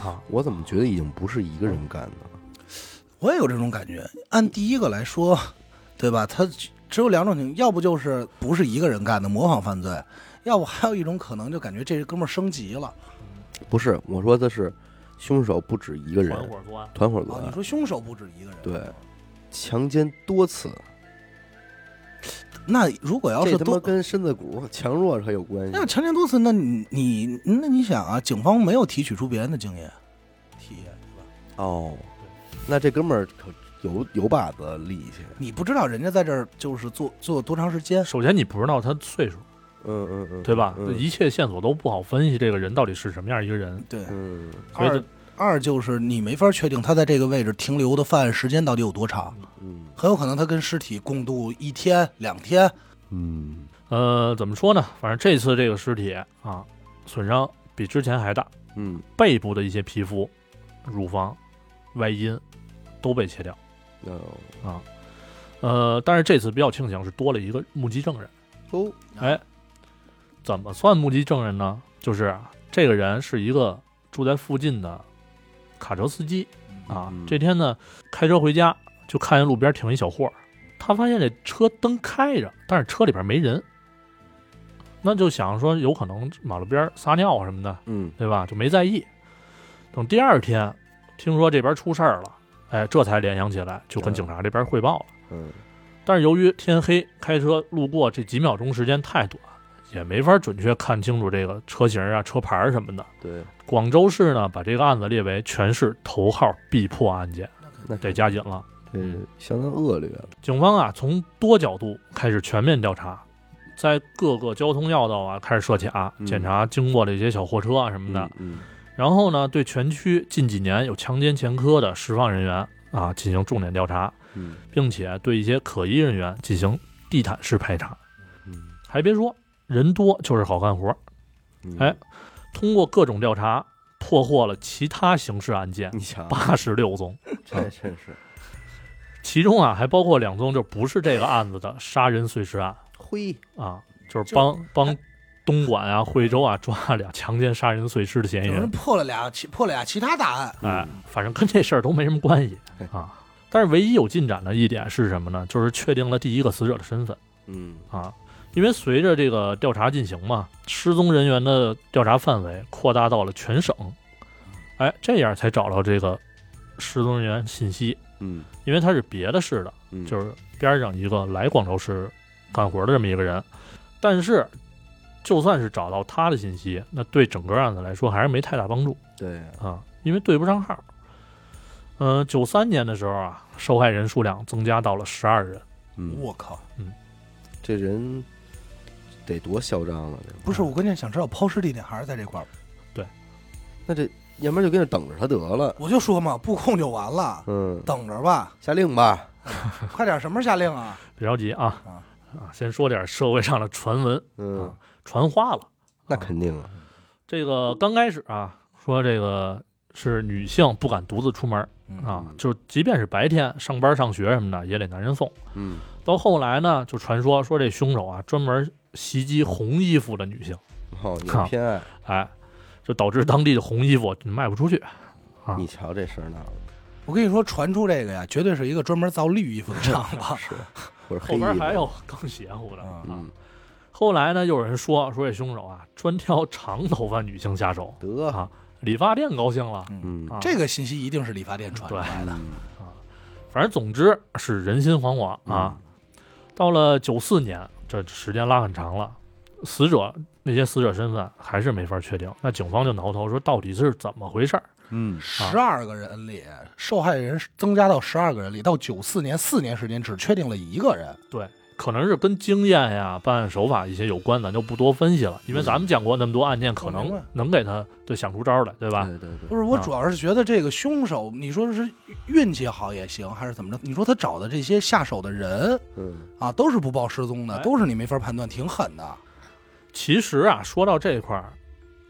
[SPEAKER 3] 啊，
[SPEAKER 1] 我怎么觉得已经不是一个人干的了？
[SPEAKER 2] 我也有这种感觉。按第一个来说，对吧？他只有两种情况，要不就是不是一个人干的模仿犯罪，要不还有一种可能，就感觉这哥们儿升级了。
[SPEAKER 1] 不是，我说的是凶手不止一个
[SPEAKER 3] 团
[SPEAKER 1] 人，
[SPEAKER 3] 伙作案。
[SPEAKER 1] 团伙作
[SPEAKER 2] 哦，你
[SPEAKER 1] 案，
[SPEAKER 2] 说凶手不止一个人，
[SPEAKER 1] 对，强奸多次，
[SPEAKER 2] 那如果要
[SPEAKER 1] 这
[SPEAKER 2] 是
[SPEAKER 1] 他妈
[SPEAKER 2] 多，
[SPEAKER 1] 跟身子骨强弱还有关系
[SPEAKER 2] 那。强奸多次，那你你那你想啊，警方没有提取出别人的精液，体液对吧？
[SPEAKER 1] 哦，那这哥们儿可有有把子力气。
[SPEAKER 2] 你不知道人家在这儿就是做做多长时间，
[SPEAKER 3] 首先，你不知道他岁数，
[SPEAKER 1] 嗯嗯嗯，
[SPEAKER 3] 对吧？
[SPEAKER 1] 嗯
[SPEAKER 3] 一切线索都不好分析，这个人到底是什么样一个人。
[SPEAKER 2] 对。
[SPEAKER 1] 嗯
[SPEAKER 3] 所以
[SPEAKER 2] 二
[SPEAKER 3] 就
[SPEAKER 2] 二就是你没法确定他在这个位置停留的犯案时间到底有多长，
[SPEAKER 1] 嗯
[SPEAKER 2] 很有可能他跟尸体共度一天两天，
[SPEAKER 1] 嗯，
[SPEAKER 3] 呃，怎么说呢？反正这次这个尸体啊，损伤比之前还大，
[SPEAKER 1] 嗯，
[SPEAKER 3] 背部的一些皮肤、乳房、外阴都被切掉。
[SPEAKER 1] 哦，
[SPEAKER 3] 啊，呃，但是这次比较庆幸是多了一个目击证人。
[SPEAKER 1] 哦，
[SPEAKER 3] 哎，怎么算目击证人呢？就是啊这个人是一个住在附近的卡车司机啊
[SPEAKER 1] 嗯。
[SPEAKER 3] 这天呢，开车回家就看见路边停一小货儿，他发现这车灯开着，但是车里边没人，那就想说有可能马路边撒尿啊什么的，
[SPEAKER 1] 嗯
[SPEAKER 3] 对吧？就没在意。等第二天听说这边出事儿了，哎，这才联想起来，就跟警察这边汇报了。
[SPEAKER 1] 嗯
[SPEAKER 3] 但是由于天黑，开车路过这几秒钟时间太短，也没法准确看清楚这个车型啊、车牌儿什么的。
[SPEAKER 1] 对，
[SPEAKER 3] 广州市呢，把这个案子列为全市头号必破案件，
[SPEAKER 1] 那
[SPEAKER 3] 得加紧了。
[SPEAKER 1] 这相当恶劣了。
[SPEAKER 3] 警方啊，从多角度开始全面调查，在各个交通要道啊开始设卡，
[SPEAKER 1] 嗯
[SPEAKER 3] 检查经过的一些小货车啊什么的。
[SPEAKER 1] 嗯
[SPEAKER 3] 然后呢，对全区近几年有强奸前科的释放人员啊进行重点调查，
[SPEAKER 1] 嗯
[SPEAKER 3] 并且对一些可疑人员进行地毯式排查。
[SPEAKER 1] 嗯
[SPEAKER 3] 还别说，人多就是好干活。
[SPEAKER 1] 嗯，
[SPEAKER 3] 哎，通过各种调查，破获了其他刑事案件
[SPEAKER 1] 你瞧，
[SPEAKER 3] 八十六宗，
[SPEAKER 1] 这真是，
[SPEAKER 3] 其中啊还包括两宗就不是这个案子的杀人碎尸案
[SPEAKER 1] 嘿，
[SPEAKER 3] 啊，就是帮帮东莞啊、惠州啊抓了俩强奸杀人碎尸的嫌疑
[SPEAKER 2] 有人
[SPEAKER 3] 人。
[SPEAKER 2] 破了俩其破了俩其他大案，
[SPEAKER 3] 哎，反正跟这事儿都没什么关系啊。但是唯一有进展的一点是什么呢？就是确定了第一个死者的身份。
[SPEAKER 1] 嗯
[SPEAKER 3] 啊，因为随着这个调查进行嘛，失踪人员的调查范围扩大到了全省，哎，这样才找到这个失踪人员信息，
[SPEAKER 1] 嗯
[SPEAKER 3] 因为他是别的市的，
[SPEAKER 1] 嗯，
[SPEAKER 3] 就是是边上一个来广州市干活的这么一个人，但是就算是找到他的信息，那对整个案子来说还是没太大帮助
[SPEAKER 1] 对，
[SPEAKER 3] 啊，因为对不上号。嗯、九三年的时候啊，受害人数量增加到了十二人。
[SPEAKER 1] 嗯，
[SPEAKER 2] 我靠！
[SPEAKER 1] 这人得多嚣张啊了，这
[SPEAKER 2] 不是我，关键想知道抛尸地点还是在这块儿。
[SPEAKER 1] 那这要不然就跟那等着他得了，
[SPEAKER 2] 我就说嘛，布控就完了，
[SPEAKER 1] 嗯，
[SPEAKER 2] 等着吧，
[SPEAKER 1] 下令吧，
[SPEAKER 2] 快点，什么时候下令啊？
[SPEAKER 3] 别着急啊
[SPEAKER 2] 啊
[SPEAKER 3] 啊，先说点社会上的传闻，
[SPEAKER 1] 嗯，
[SPEAKER 3] 传话了。
[SPEAKER 1] 那肯定啊，
[SPEAKER 3] 这个刚开始啊，说这个是女性不敢独自出门啊
[SPEAKER 1] 嗯，
[SPEAKER 3] 就即便是白天上班、上学什么的，也得男人送。
[SPEAKER 1] 嗯
[SPEAKER 3] 到后来呢，就传说说这凶手啊，专门袭击红衣服的女性。
[SPEAKER 1] 哦，有
[SPEAKER 3] 靠
[SPEAKER 1] 偏爱，
[SPEAKER 3] 哎，就导致当地的红衣服卖不出去。
[SPEAKER 1] 你瞧这事儿闹的，
[SPEAKER 2] 我跟你说，传出这个呀，绝对是一个专门造绿衣服的厂子
[SPEAKER 1] 是，
[SPEAKER 3] 啊
[SPEAKER 1] 或者
[SPEAKER 3] 后
[SPEAKER 1] 黑衣
[SPEAKER 3] 边
[SPEAKER 1] 服
[SPEAKER 3] 还有更邪乎的
[SPEAKER 2] 啊
[SPEAKER 3] 啊
[SPEAKER 1] 嗯。
[SPEAKER 3] 后来呢，又有人说说这凶手啊，专挑长头发女性下手。
[SPEAKER 1] 得
[SPEAKER 3] 啊理发店高兴了，
[SPEAKER 1] 嗯
[SPEAKER 3] 啊
[SPEAKER 2] 这个信息一定是理发店传出
[SPEAKER 3] 对
[SPEAKER 2] 来的。
[SPEAKER 1] 嗯
[SPEAKER 3] 反正总之是人心惶惶啊。到了九四年，这时间拉很长了，死者那些死者身份还是没法确定。那警方就挠头说，到底是怎么回事儿？
[SPEAKER 1] 嗯
[SPEAKER 2] 十二个人里，受害人增加到十二个人里，到九四年四年时间只确定了一个人。
[SPEAKER 3] 可能是跟经验呀、办案手法一些有关，咱就不多分析了，因
[SPEAKER 1] 嗯
[SPEAKER 3] 为咱们讲过那么多案件，可
[SPEAKER 2] 我明
[SPEAKER 3] 能
[SPEAKER 2] 白
[SPEAKER 3] 能给他对想出招儿来，对吧？
[SPEAKER 1] 对对对，
[SPEAKER 2] 不是，我
[SPEAKER 3] 啊
[SPEAKER 2] 主要是觉得这个凶手，你说是运气好也行，还是怎么着？你说他找的这些下手的人
[SPEAKER 1] 嗯
[SPEAKER 2] 啊，都是不报失踪的，
[SPEAKER 3] 哎
[SPEAKER 2] 都是你没法判断，挺狠的。
[SPEAKER 3] 其实啊，说到这一块儿，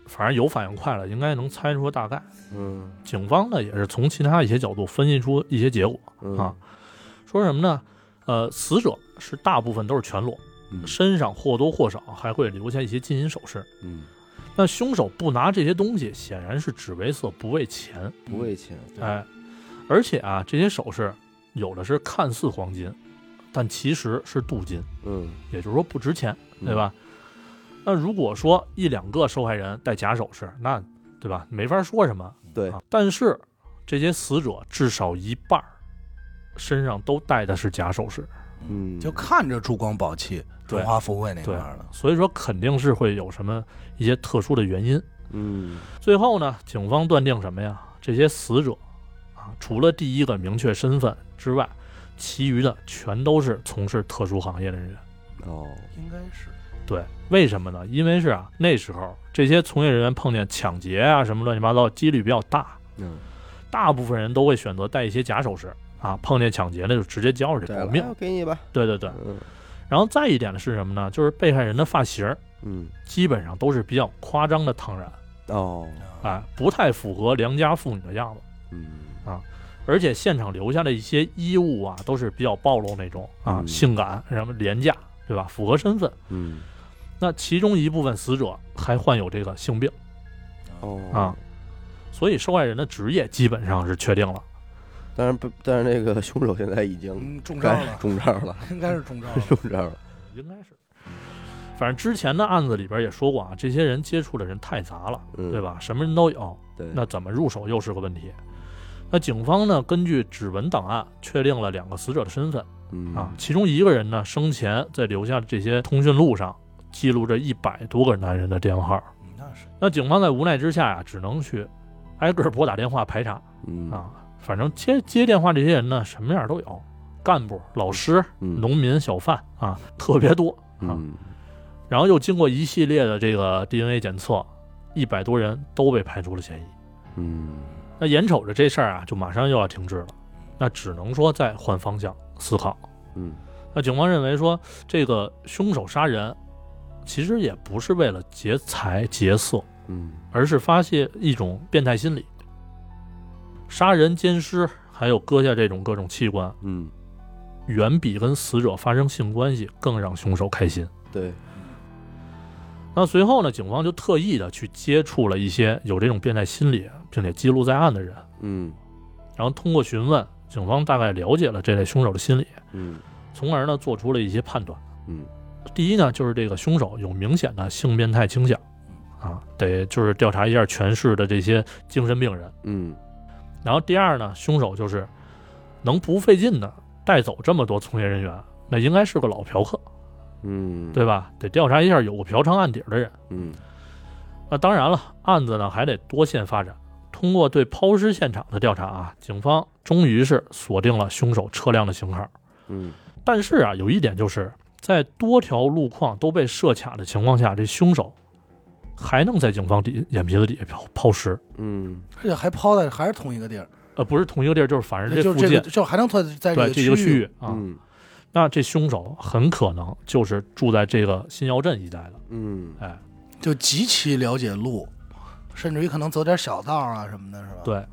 [SPEAKER 3] 反正有反应快了，应该能猜出大概。
[SPEAKER 1] 嗯
[SPEAKER 3] 警方呢也是从其他一些角度分析出一些结果，
[SPEAKER 1] 嗯
[SPEAKER 3] 啊说什么呢？呃，死者是大部分都是全裸，
[SPEAKER 1] 嗯
[SPEAKER 3] 身上或多或少还会留下一些金银首饰。
[SPEAKER 1] 嗯，
[SPEAKER 3] 那凶手不拿这些东西，显然是只为色不为钱。
[SPEAKER 1] 不为钱，
[SPEAKER 2] 对
[SPEAKER 3] 哎，而且啊，这些首饰有的是看似黄金，但其实是镀金，
[SPEAKER 1] 嗯
[SPEAKER 3] 也就是说不值钱，
[SPEAKER 1] 嗯
[SPEAKER 3] 对吧？那如果说一两个受害人戴假首饰，那对吧？没法说什么。
[SPEAKER 1] 对
[SPEAKER 3] 啊，但是这些死者至少一半儿身上都戴的是假首饰，
[SPEAKER 1] 嗯
[SPEAKER 2] 就看着珠光宝气、
[SPEAKER 3] 对
[SPEAKER 2] 荣华富贵那块
[SPEAKER 3] 对
[SPEAKER 2] 儿的。
[SPEAKER 3] 所以说肯定是会有什么一些特殊的原因。
[SPEAKER 1] 嗯
[SPEAKER 3] 最后呢，警方断定什么呀？这些死者啊，除了第一个明确身份之外，其余的全都是从事特殊行业的人员。
[SPEAKER 1] 哦
[SPEAKER 2] 应该是
[SPEAKER 3] 对，为什么呢？因为是啊，那时候这些从业人员碰见抢劫啊什么乱七八糟，几率比较大，
[SPEAKER 1] 嗯，
[SPEAKER 3] 大部分人都会选择戴一些假首饰啊，碰见抢劫那就直接交出去
[SPEAKER 1] 对
[SPEAKER 3] 保
[SPEAKER 1] 了，
[SPEAKER 3] 命
[SPEAKER 1] 哎。我给你吧，
[SPEAKER 3] 对对对，
[SPEAKER 1] 嗯
[SPEAKER 3] 然后再一点是什么呢？就是被害人的发型儿
[SPEAKER 1] 嗯
[SPEAKER 3] 基本上都是比较夸张的烫染，
[SPEAKER 1] 哦
[SPEAKER 3] 哎，不太符合良家妇女的样子。
[SPEAKER 1] 嗯
[SPEAKER 3] 而且现场留下的一些衣物啊，都是比较暴露那种啊，
[SPEAKER 1] 嗯
[SPEAKER 3] 性感什么廉价，对吧？符合身份。
[SPEAKER 1] 嗯
[SPEAKER 3] 那其中一部分死者还患有这个性病，
[SPEAKER 1] 哦
[SPEAKER 3] 啊，所以受害人的职业基本上是确定了。
[SPEAKER 1] 当然不，但是那个凶手现在已经
[SPEAKER 2] 嗯，中招
[SPEAKER 1] 该
[SPEAKER 2] 了，
[SPEAKER 1] 中招了，
[SPEAKER 2] 应该是中
[SPEAKER 3] 哎
[SPEAKER 2] 招了。
[SPEAKER 3] 哦
[SPEAKER 1] 中招了，
[SPEAKER 3] 应该是。反正之前的案子里边也说过啊，这些人接触的人太杂了，
[SPEAKER 1] 嗯
[SPEAKER 3] 对吧？什么人都有，
[SPEAKER 1] 对，
[SPEAKER 3] 那怎么入手又是个问题。那警方呢，根据指纹档案确定了两个死者的身份
[SPEAKER 1] 嗯
[SPEAKER 3] 啊，其中一个人呢，生前在留下的这些通讯录上记录着一百多个男人的电话。
[SPEAKER 2] 嗯那是
[SPEAKER 3] 那警方在无奈之下呀、只能去挨个儿拨打电话排查
[SPEAKER 1] 嗯
[SPEAKER 3] 啊。反正接接电话这些人呢，什么样都有，干部、老师、
[SPEAKER 1] 嗯
[SPEAKER 3] 农民、小贩啊，特别多。
[SPEAKER 1] 嗯
[SPEAKER 3] 啊然后又经过一系列的这个 DNA 检测，一百多人都被排除了嫌疑。
[SPEAKER 1] 嗯
[SPEAKER 3] 那眼瞅着这事儿啊，就马上又要停滞了，那只能说再换方向思考。
[SPEAKER 1] 嗯
[SPEAKER 3] 那警方认为说，这个凶手杀人其实也不是为了劫财劫色，
[SPEAKER 1] 嗯
[SPEAKER 3] 而是发泄一种变态心理。杀人、奸尸，还有割下这种各种器官，
[SPEAKER 1] 嗯，
[SPEAKER 3] 远比跟死者发生性关系更让凶手开心。
[SPEAKER 1] 对，
[SPEAKER 3] 那随后呢，警方就特意的去接触了一些有这种变态心理并且记录在案的人，
[SPEAKER 1] 嗯
[SPEAKER 3] 然后通过询问，警方大概了解了这类凶手的心理，
[SPEAKER 1] 嗯
[SPEAKER 3] 从而呢做出了一些判断。
[SPEAKER 1] 嗯
[SPEAKER 3] 第一呢，就是这个凶手有明显的性变态倾向，啊，得就是调查一下全市的这些精神病人。
[SPEAKER 1] 嗯
[SPEAKER 3] 然后第二呢，凶手就是能不费劲的带走这么多从业人员，那应该是个老嫖客，
[SPEAKER 1] 嗯，
[SPEAKER 3] 对吧？得调查一下有过嫖娼案底儿的人。
[SPEAKER 1] 嗯
[SPEAKER 3] 那当然了，案子呢还得多线发展。通过对抛尸现场的调查啊，警方终于是锁定了凶手车辆的型号。
[SPEAKER 1] 嗯
[SPEAKER 3] 但是啊，有一点就是在多条路况都被设卡的情况下，这凶手还能在警方底眼皮子底下抛抛尸。
[SPEAKER 1] 嗯
[SPEAKER 2] 而且还抛在还是同一个地儿，
[SPEAKER 3] 呃，不是同一个地儿，就是反正
[SPEAKER 2] 就
[SPEAKER 3] 附近，
[SPEAKER 2] 这个就还能在在
[SPEAKER 3] 对这一
[SPEAKER 2] 个
[SPEAKER 3] 个区
[SPEAKER 2] 域。
[SPEAKER 3] 域啊，
[SPEAKER 1] 嗯
[SPEAKER 3] 那这凶手很可能就是住在这个新窑镇一带的。
[SPEAKER 1] 嗯
[SPEAKER 3] 哎，
[SPEAKER 2] 就极其了解路，甚至于可能走点小道啊什么的，是吧？
[SPEAKER 3] 对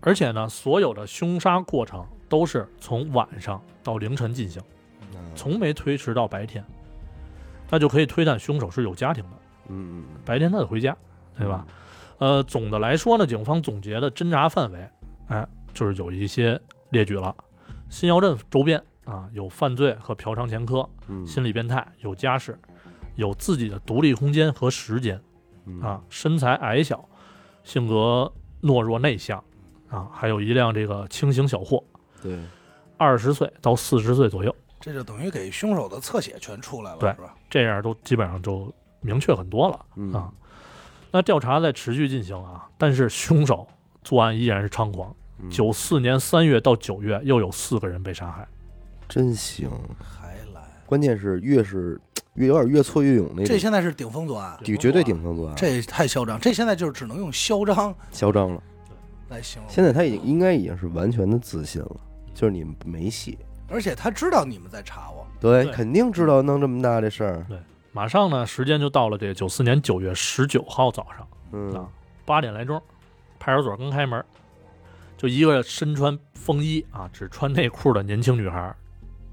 [SPEAKER 3] 而且呢，所有的凶杀过程都是从晚上到凌晨进行。
[SPEAKER 2] 嗯
[SPEAKER 3] 从没推迟到白天，那就可以推断凶手是有家庭的，
[SPEAKER 1] 嗯嗯
[SPEAKER 3] 白天他得回家，对吧？？呃，总的来说呢，警方总结的侦查范围，哎，就是有一些列举了：新窑镇周边啊，有犯罪和嫖娼前科，
[SPEAKER 1] 嗯
[SPEAKER 3] 心理变态，有家室，有自己的独立空间和时间
[SPEAKER 1] 嗯
[SPEAKER 3] 啊，，身材矮小，性格懦弱内向啊，还有一辆这个轻型小货，
[SPEAKER 1] 嗯对，
[SPEAKER 3] 二十岁到四十岁左右，
[SPEAKER 2] 这就等于给凶手的侧写全出来了，
[SPEAKER 3] 对
[SPEAKER 2] 是吧？
[SPEAKER 3] 这样都基本上就明确很多了。
[SPEAKER 1] 嗯
[SPEAKER 3] 啊，那调查在持续进行啊，但是凶手作案依然是猖狂。
[SPEAKER 1] 嗯
[SPEAKER 3] 九四年三月到九月，又有四个人被杀害。
[SPEAKER 1] 真行，
[SPEAKER 2] 还来，
[SPEAKER 1] 关键是越是越有点越挫越勇那
[SPEAKER 2] 这
[SPEAKER 1] 种，啊
[SPEAKER 2] 现在是顶风作案，
[SPEAKER 1] 顶绝对
[SPEAKER 3] 啊
[SPEAKER 1] 顶风作案，
[SPEAKER 2] 这太嚣张，这现在就是只能用嚣张
[SPEAKER 1] 嚣张了。
[SPEAKER 2] 来形容。
[SPEAKER 1] 现在他已经应该已经是完全的自信了，就是你们没戏，
[SPEAKER 2] 而且他知道你们在查我，
[SPEAKER 1] 对，
[SPEAKER 3] 对嗯
[SPEAKER 1] 肯定知道弄这么大这事儿，
[SPEAKER 3] 马上呢，时间就到了这九四年九月十九号早上
[SPEAKER 1] 嗯
[SPEAKER 3] 啊，八点来钟，派出所刚开门，就一个身穿风衣啊，只穿内裤的年轻女孩，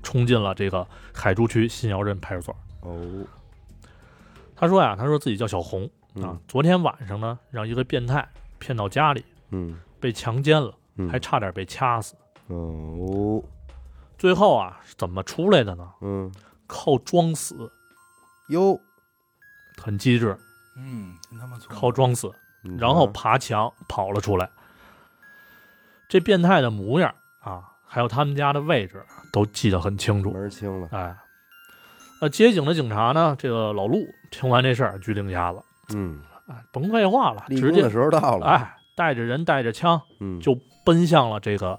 [SPEAKER 3] 冲进了这个海珠区新窑镇派出所。
[SPEAKER 1] 哦
[SPEAKER 3] 她说呀、她说自己叫小红啊
[SPEAKER 1] 嗯，
[SPEAKER 3] 昨天晚上呢，让一个变态骗到家里，
[SPEAKER 1] 嗯
[SPEAKER 3] 被强奸了，
[SPEAKER 1] 嗯，
[SPEAKER 3] 还差点被掐死。
[SPEAKER 1] 哦
[SPEAKER 3] 最后啊，是怎么出来的呢？
[SPEAKER 1] 嗯
[SPEAKER 3] 靠装死，
[SPEAKER 1] 哟，
[SPEAKER 3] 很机智，
[SPEAKER 2] 嗯，真他妈聪明
[SPEAKER 3] 靠装死，
[SPEAKER 1] 你
[SPEAKER 3] 然后
[SPEAKER 1] 瞧
[SPEAKER 3] 爬墙跑了出来。这变态的模样啊，还有他们家的位置都记得很清楚
[SPEAKER 1] 门。儿清了，
[SPEAKER 3] 哎，那接警的警察呢？这个老陆听完这事儿，决定下子，
[SPEAKER 1] 嗯，
[SPEAKER 3] 哎，甭废话了，
[SPEAKER 1] 立
[SPEAKER 3] 直
[SPEAKER 1] 功
[SPEAKER 3] 接
[SPEAKER 1] 的时候到了，
[SPEAKER 3] 哎，带着人带着枪
[SPEAKER 1] 嗯，
[SPEAKER 3] 就奔向了这个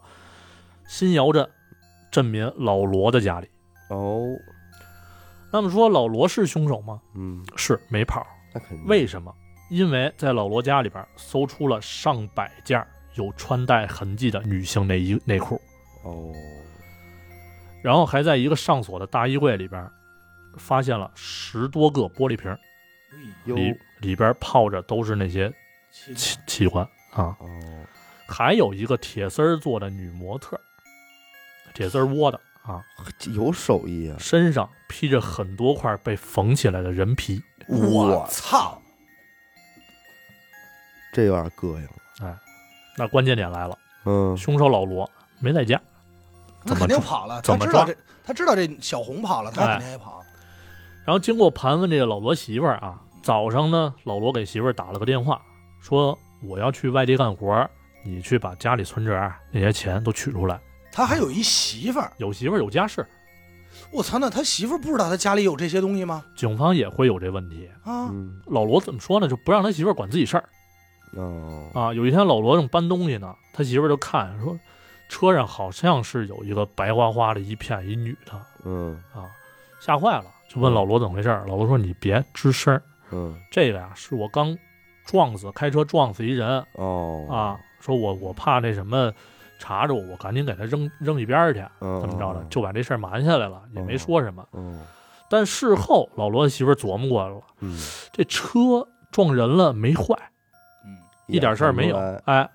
[SPEAKER 3] 新窑镇镇民老罗的家里。
[SPEAKER 1] 哦，
[SPEAKER 3] 那么说，老罗是凶手吗？
[SPEAKER 1] 嗯，
[SPEAKER 3] 是，没跑。
[SPEAKER 1] 那肯定
[SPEAKER 3] 为什么？因为在老罗家里边搜出了上百件有穿戴痕迹的女性内衣内裤，
[SPEAKER 1] 哦，
[SPEAKER 3] 然后还在一个上锁的大衣柜里边发现了十多个玻璃瓶，
[SPEAKER 1] 哟
[SPEAKER 3] 里里边泡着都是那些器器官啊，
[SPEAKER 1] 哦，
[SPEAKER 3] 还有一个铁丝儿做的女模特，铁丝儿窝的啊，
[SPEAKER 1] 这有手艺啊，
[SPEAKER 3] 身上披着很多块被缝起来的人皮，
[SPEAKER 2] 我操！
[SPEAKER 1] 这有点膈应，
[SPEAKER 3] 那关键点来了，
[SPEAKER 1] 嗯，
[SPEAKER 3] 凶手老罗没在家，
[SPEAKER 2] 那肯定跑了，
[SPEAKER 3] 怎
[SPEAKER 2] 他
[SPEAKER 3] 么
[SPEAKER 2] 知
[SPEAKER 3] 抓
[SPEAKER 2] 道这，他知道这小红跑了，他
[SPEAKER 3] 哎
[SPEAKER 2] 肯定也跑。
[SPEAKER 3] 然后经过盘问，这个老罗媳妇儿啊，早上呢，老罗给媳妇儿打了个电话，说我要去外地干活儿，你去把家里存折啊那些钱都取出来。
[SPEAKER 2] 他还有一媳妇儿，
[SPEAKER 3] 有媳妇儿有家室，
[SPEAKER 2] 我操！那他媳妇儿不知道他家里有这些东西吗？
[SPEAKER 3] 警方也会有这问题。
[SPEAKER 2] 啊，
[SPEAKER 1] 嗯，
[SPEAKER 3] 老罗怎么说呢？就不让他媳妇儿管自己事儿
[SPEAKER 1] 哦，
[SPEAKER 3] 啊。有一天，老罗正搬东西呢，他媳妇儿就看说，车上好像是有一个白花花的一片一女的
[SPEAKER 1] 嗯
[SPEAKER 3] 啊，吓坏了，就问老罗怎么回事儿。老罗说：“你别吱声儿，
[SPEAKER 1] 嗯，
[SPEAKER 3] 这个呀、是我刚撞死，开车撞死一人，
[SPEAKER 1] 哦，
[SPEAKER 3] 啊，说我我怕那什么查着我，我赶紧给他扔扔一边儿去，
[SPEAKER 1] 嗯，
[SPEAKER 3] 怎么着
[SPEAKER 1] 的
[SPEAKER 3] 的，就把这事儿瞒下来了，也没说什么。
[SPEAKER 1] 哦，
[SPEAKER 3] 但事后老罗的媳妇儿琢磨过来了，
[SPEAKER 1] 嗯，
[SPEAKER 3] 这车撞人了没坏，
[SPEAKER 2] 嗯，
[SPEAKER 3] 一点事儿没有
[SPEAKER 1] 也看不出来，
[SPEAKER 3] 哎，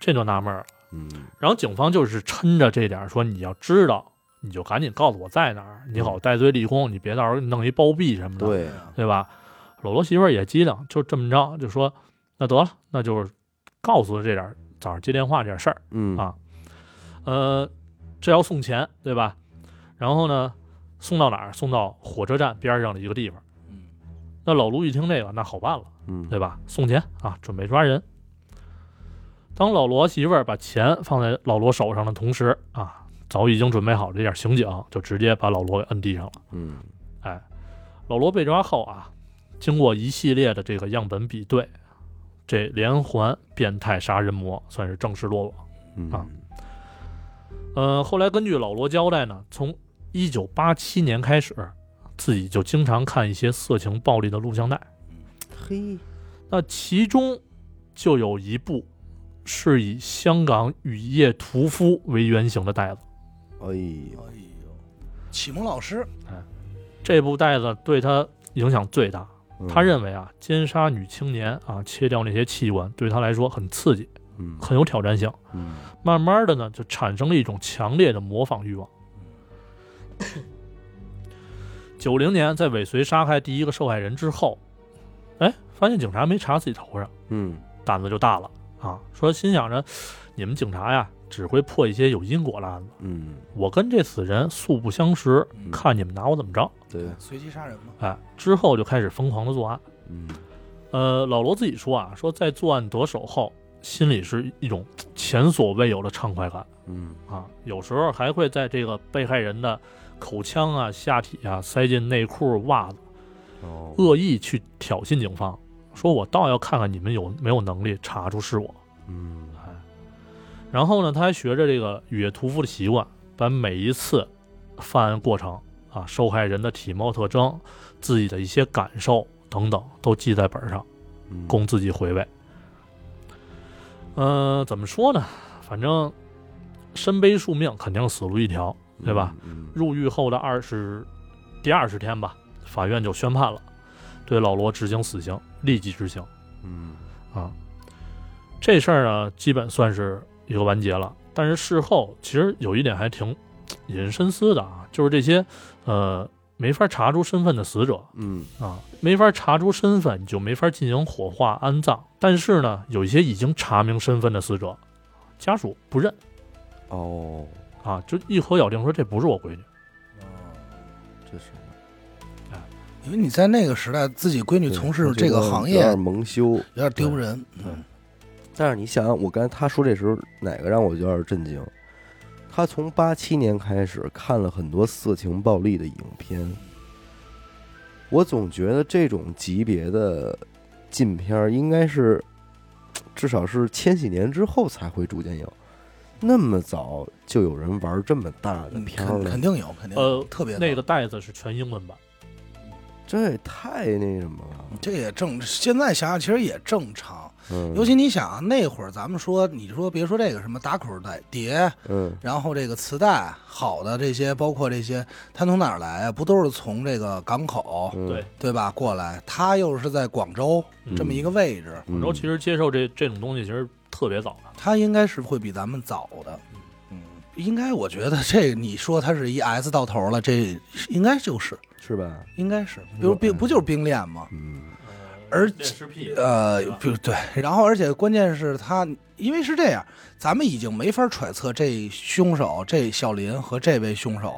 [SPEAKER 3] 这就纳闷儿了。
[SPEAKER 1] 嗯，
[SPEAKER 3] 然后警方就是抻着这点儿说，你要知道，你就赶紧告诉我在哪儿，你好戴罪立功，你别到时候弄一包庇什么的，
[SPEAKER 1] 嗯对，
[SPEAKER 2] 啊
[SPEAKER 3] 对吧？老罗媳妇儿也机灵，就这么着，就说那得了，那就是告诉这点儿早上接电话这点事儿。
[SPEAKER 1] 嗯
[SPEAKER 3] 啊呃，这要送钱，对吧？然后呢，送到哪儿？送到火车站边上的一个地方。
[SPEAKER 2] 嗯，
[SPEAKER 3] 那老卢一听这个，那好办了，
[SPEAKER 1] 嗯，
[SPEAKER 3] 对吧？送钱啊，准备抓人。当老罗媳妇儿把钱放在老罗手上的同时啊，早已经准备好这点刑警就直接把老罗给摁地上了。
[SPEAKER 1] 嗯，
[SPEAKER 3] 哎，老罗被抓后啊，经过一系列的这个样本比对，这连环变态杀人魔算是正式落网。
[SPEAKER 1] 嗯
[SPEAKER 3] 啊，呃，后来根据老罗交代呢，从一九八七年开始，自己就经常看一些色情暴力的录像带。
[SPEAKER 1] 嗯嘿，
[SPEAKER 3] 那其中就有一部是以香港雨夜屠夫为原型的袋子。
[SPEAKER 1] 哎呦，
[SPEAKER 2] 哎呦，启蒙老师，
[SPEAKER 3] 这部袋子对他影响最大。
[SPEAKER 1] 嗯
[SPEAKER 3] 他，认为啊，奸杀女青年啊，切掉那些器官，对他来说很刺激，
[SPEAKER 1] 嗯
[SPEAKER 3] 很有挑战性。
[SPEAKER 1] 嗯，
[SPEAKER 3] 慢慢的呢，就产生了一种强烈的模仿欲望。九零年，在尾随杀害第一个受害人之后，哎，发现警察没查自己头上，
[SPEAKER 1] 嗯，
[SPEAKER 3] 胆子就大了啊，说心想着你们警察呀只会破一些有因果的案子，
[SPEAKER 1] 嗯，
[SPEAKER 3] 我跟这死人素不相识，
[SPEAKER 2] 嗯
[SPEAKER 3] 看你们拿我怎么着。
[SPEAKER 1] 对，
[SPEAKER 2] 随机杀人嘛，
[SPEAKER 3] 哎，之后就开始疯狂的作案。
[SPEAKER 1] 嗯
[SPEAKER 3] 呃，老罗自己说啊，说在作案得手后，心里是一种前所未有的畅快感
[SPEAKER 1] 嗯
[SPEAKER 3] 啊，有时候还会在这个被害人的口腔啊、下体啊塞进内裤、袜子，
[SPEAKER 1] 哦，
[SPEAKER 3] 恶意去挑衅警方，说我倒要看看你们有没有能力查出是我。
[SPEAKER 1] 嗯
[SPEAKER 3] 哎，然后呢，他还学着这个雨夜屠夫的习惯，把每一次犯案过程啊、受害人的体貌特征、自己的一些感受等等都记在本上，
[SPEAKER 1] 嗯
[SPEAKER 3] 供自己回味。嗯、怎么说呢？反正身背数命，肯定死路一条。对吧？
[SPEAKER 1] 嗯
[SPEAKER 3] 入狱后的二十第二十天吧，法院就宣判了，对老罗执行死刑，立即执行。
[SPEAKER 1] 嗯
[SPEAKER 3] 啊，这事儿呢，基本算是一个完结了。但是事后其实有一点还挺引人深思的啊，就是这些呃没法查出身份的死者
[SPEAKER 1] 嗯
[SPEAKER 3] 啊，没法查出身份你就没法进行火化安葬。但是呢，有一些已经查明身份的死者，家属不认
[SPEAKER 1] 哦，
[SPEAKER 3] 啊，就一口咬定说这不是我闺女。
[SPEAKER 1] 这是
[SPEAKER 2] 哦啊因为你在那个时代，自己闺女从事这个行业
[SPEAKER 1] 有点蒙羞。
[SPEAKER 2] 有点丢人，
[SPEAKER 1] 对但是你想想，我刚才他说这时候哪个让我有点震惊？他从八七年开始看了很多色情暴力的影片，我总觉得这种级别的禁片儿应该是，至少是千禧年之后才会逐渐有。那么早就有人玩这么大的
[SPEAKER 2] 嗯
[SPEAKER 1] 片儿
[SPEAKER 2] 肯
[SPEAKER 1] 啊了
[SPEAKER 2] 肯，定有，肯定有
[SPEAKER 3] 呃
[SPEAKER 2] 特别多
[SPEAKER 3] 那个袋子是全英文版，
[SPEAKER 1] 这也太那什么了。
[SPEAKER 2] 这也正，现在想想其实也正常。
[SPEAKER 1] 嗯，
[SPEAKER 2] 尤其你想啊，那会儿咱们说，你说别说这个什么打口袋碟，
[SPEAKER 1] 嗯
[SPEAKER 2] 然后这个磁带，好的这些，包括这些，它从哪儿来啊？不都是从这个港口
[SPEAKER 1] 嗯
[SPEAKER 3] 对，
[SPEAKER 2] 对吧过来？它又是在广州这么一个位置，
[SPEAKER 1] 嗯
[SPEAKER 3] 广州其实接受这这种东西其实特别早了。
[SPEAKER 2] 它应该是会比咱们早的。嗯，应该我觉得这你说它是一 S 到头了，这应该就是
[SPEAKER 1] 是吧？
[SPEAKER 2] 应该是，比如冰不就是冰链吗？
[SPEAKER 1] 嗯
[SPEAKER 2] 呃而
[SPEAKER 3] 且尸癖
[SPEAKER 2] 呃
[SPEAKER 3] 对吧，
[SPEAKER 2] 不对，然后而且关键是他，因为是这样，咱们已经没法揣测这凶手这小林和这位凶手，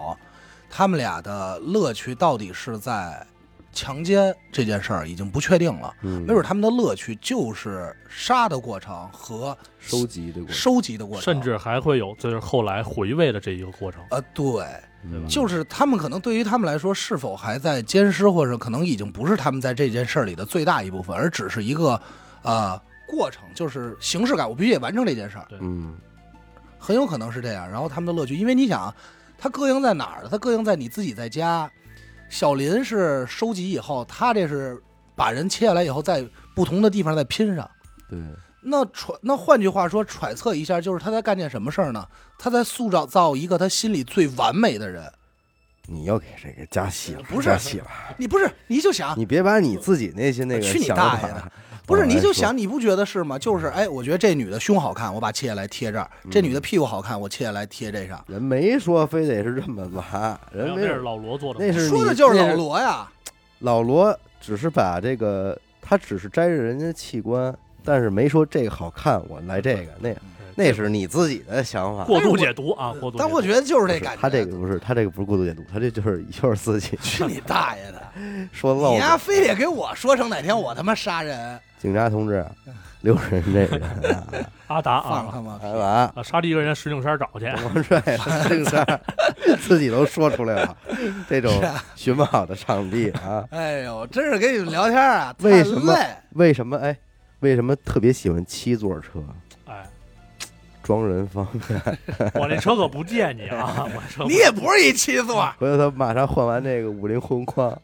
[SPEAKER 2] 他们俩的乐趣到底是在强奸这件事儿已经不确定了，
[SPEAKER 1] 嗯，
[SPEAKER 2] 没准他们的乐趣就是杀的过程和
[SPEAKER 1] 收集的过程，
[SPEAKER 2] 收集的过程，
[SPEAKER 3] 甚至还会有就是后来回味的这一个过程。
[SPEAKER 2] 呃对，
[SPEAKER 1] 对吧
[SPEAKER 2] 就是他们可能对于他们来说，是否还在监视，或者可能已经不是他们在这件事儿里的最大一部分，而只是一个呃过程，就是形式感，我必须得完成这件事儿，
[SPEAKER 1] 嗯
[SPEAKER 2] 很有可能是这样。然后他们的乐趣，因为你想啊，它膈应在哪儿呢？它膈应在你自己在家。小林是收集以后，他这是把人切下来以后，在不同的地方再拼上。
[SPEAKER 1] 对，
[SPEAKER 2] 那揣那换句话说，揣测一下，就是他在干件什么事儿呢？他在塑造造一个他心里最完美的人。
[SPEAKER 1] 你要给这个加戏了，
[SPEAKER 2] 不是
[SPEAKER 1] 加戏了，
[SPEAKER 2] 你不是，你就想
[SPEAKER 1] 你别把你自己那些那个
[SPEAKER 2] 去你
[SPEAKER 1] 想
[SPEAKER 2] 大
[SPEAKER 1] 法
[SPEAKER 2] 爷的！不是，
[SPEAKER 1] 往外
[SPEAKER 2] 你就
[SPEAKER 1] 说
[SPEAKER 2] 想，你不觉得是吗？就是，哎，我觉得这女的胸好看，我把切下来贴这儿；这女的屁股好看，我切下来贴这上。
[SPEAKER 1] 人没说非得是这么 玩，人
[SPEAKER 3] 那
[SPEAKER 1] 没
[SPEAKER 3] 是
[SPEAKER 1] 有
[SPEAKER 3] 老罗做的吗，
[SPEAKER 1] 那是
[SPEAKER 2] 说
[SPEAKER 1] 你
[SPEAKER 2] 的就是
[SPEAKER 1] 那
[SPEAKER 2] 老罗呀，
[SPEAKER 1] 老罗只是把这个，他只是摘着人家器官，但是没说这个好看，我来这个那个，
[SPEAKER 2] 嗯
[SPEAKER 1] 那是你自己的想法。
[SPEAKER 3] 过度解读啊，过度解
[SPEAKER 2] 但我
[SPEAKER 3] 读。
[SPEAKER 2] 觉得就是
[SPEAKER 1] 不
[SPEAKER 2] 这
[SPEAKER 1] 是
[SPEAKER 2] 感觉。
[SPEAKER 1] 他这个不是他这个不是过度解读，他这就是就是自己
[SPEAKER 2] 去你大爷 的！
[SPEAKER 1] 说漏
[SPEAKER 2] 你
[SPEAKER 1] 了。
[SPEAKER 2] 丫非得给我说成哪天我他妈杀人，
[SPEAKER 1] 警察同 志，留神这个人啊，
[SPEAKER 3] 阿达
[SPEAKER 2] 放
[SPEAKER 3] 啊，
[SPEAKER 2] 他妈屁！
[SPEAKER 1] 来吧，
[SPEAKER 3] 啊，杀敌一个人，石景山找去。
[SPEAKER 1] 王帅这个事儿自己都说出来了，这种
[SPEAKER 2] 啊
[SPEAKER 1] 寻不好的场地啊，
[SPEAKER 2] 哎呦，真是跟你们聊天啊，太
[SPEAKER 1] 为什么
[SPEAKER 2] 累
[SPEAKER 1] 为什么哎？为什么特别喜欢七座车？
[SPEAKER 3] 哎，
[SPEAKER 1] 装人方 便，
[SPEAKER 3] 我那车可不借你 啊，我车不
[SPEAKER 2] 你也不是一七座。
[SPEAKER 1] 回头他马上换完这个五菱宏光，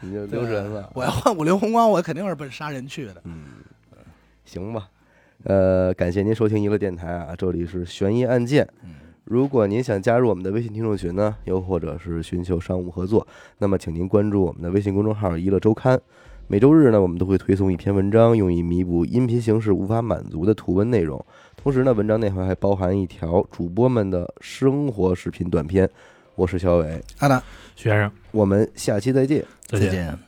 [SPEAKER 1] 你就留神了。
[SPEAKER 2] 我要换五菱宏光，我肯定是奔杀人去的。
[SPEAKER 1] 嗯，行吧。呃，感谢您收听娱乐电台啊，这里是悬疑案件。如果您想加入我们的微信听众群呢，又或者是寻求商务合作，那么请您关注我们的微信公众号“娱乐周刊”。每周日呢，我们都会推送一篇文章，用以弥补音频形式无法满足的图文内容。同时呢，文章内涵还包含一条主播们的生活视频短片。我是小伟，
[SPEAKER 2] 阿达，
[SPEAKER 3] 学生，
[SPEAKER 1] 我们下期再见。
[SPEAKER 3] 再见。
[SPEAKER 2] 见。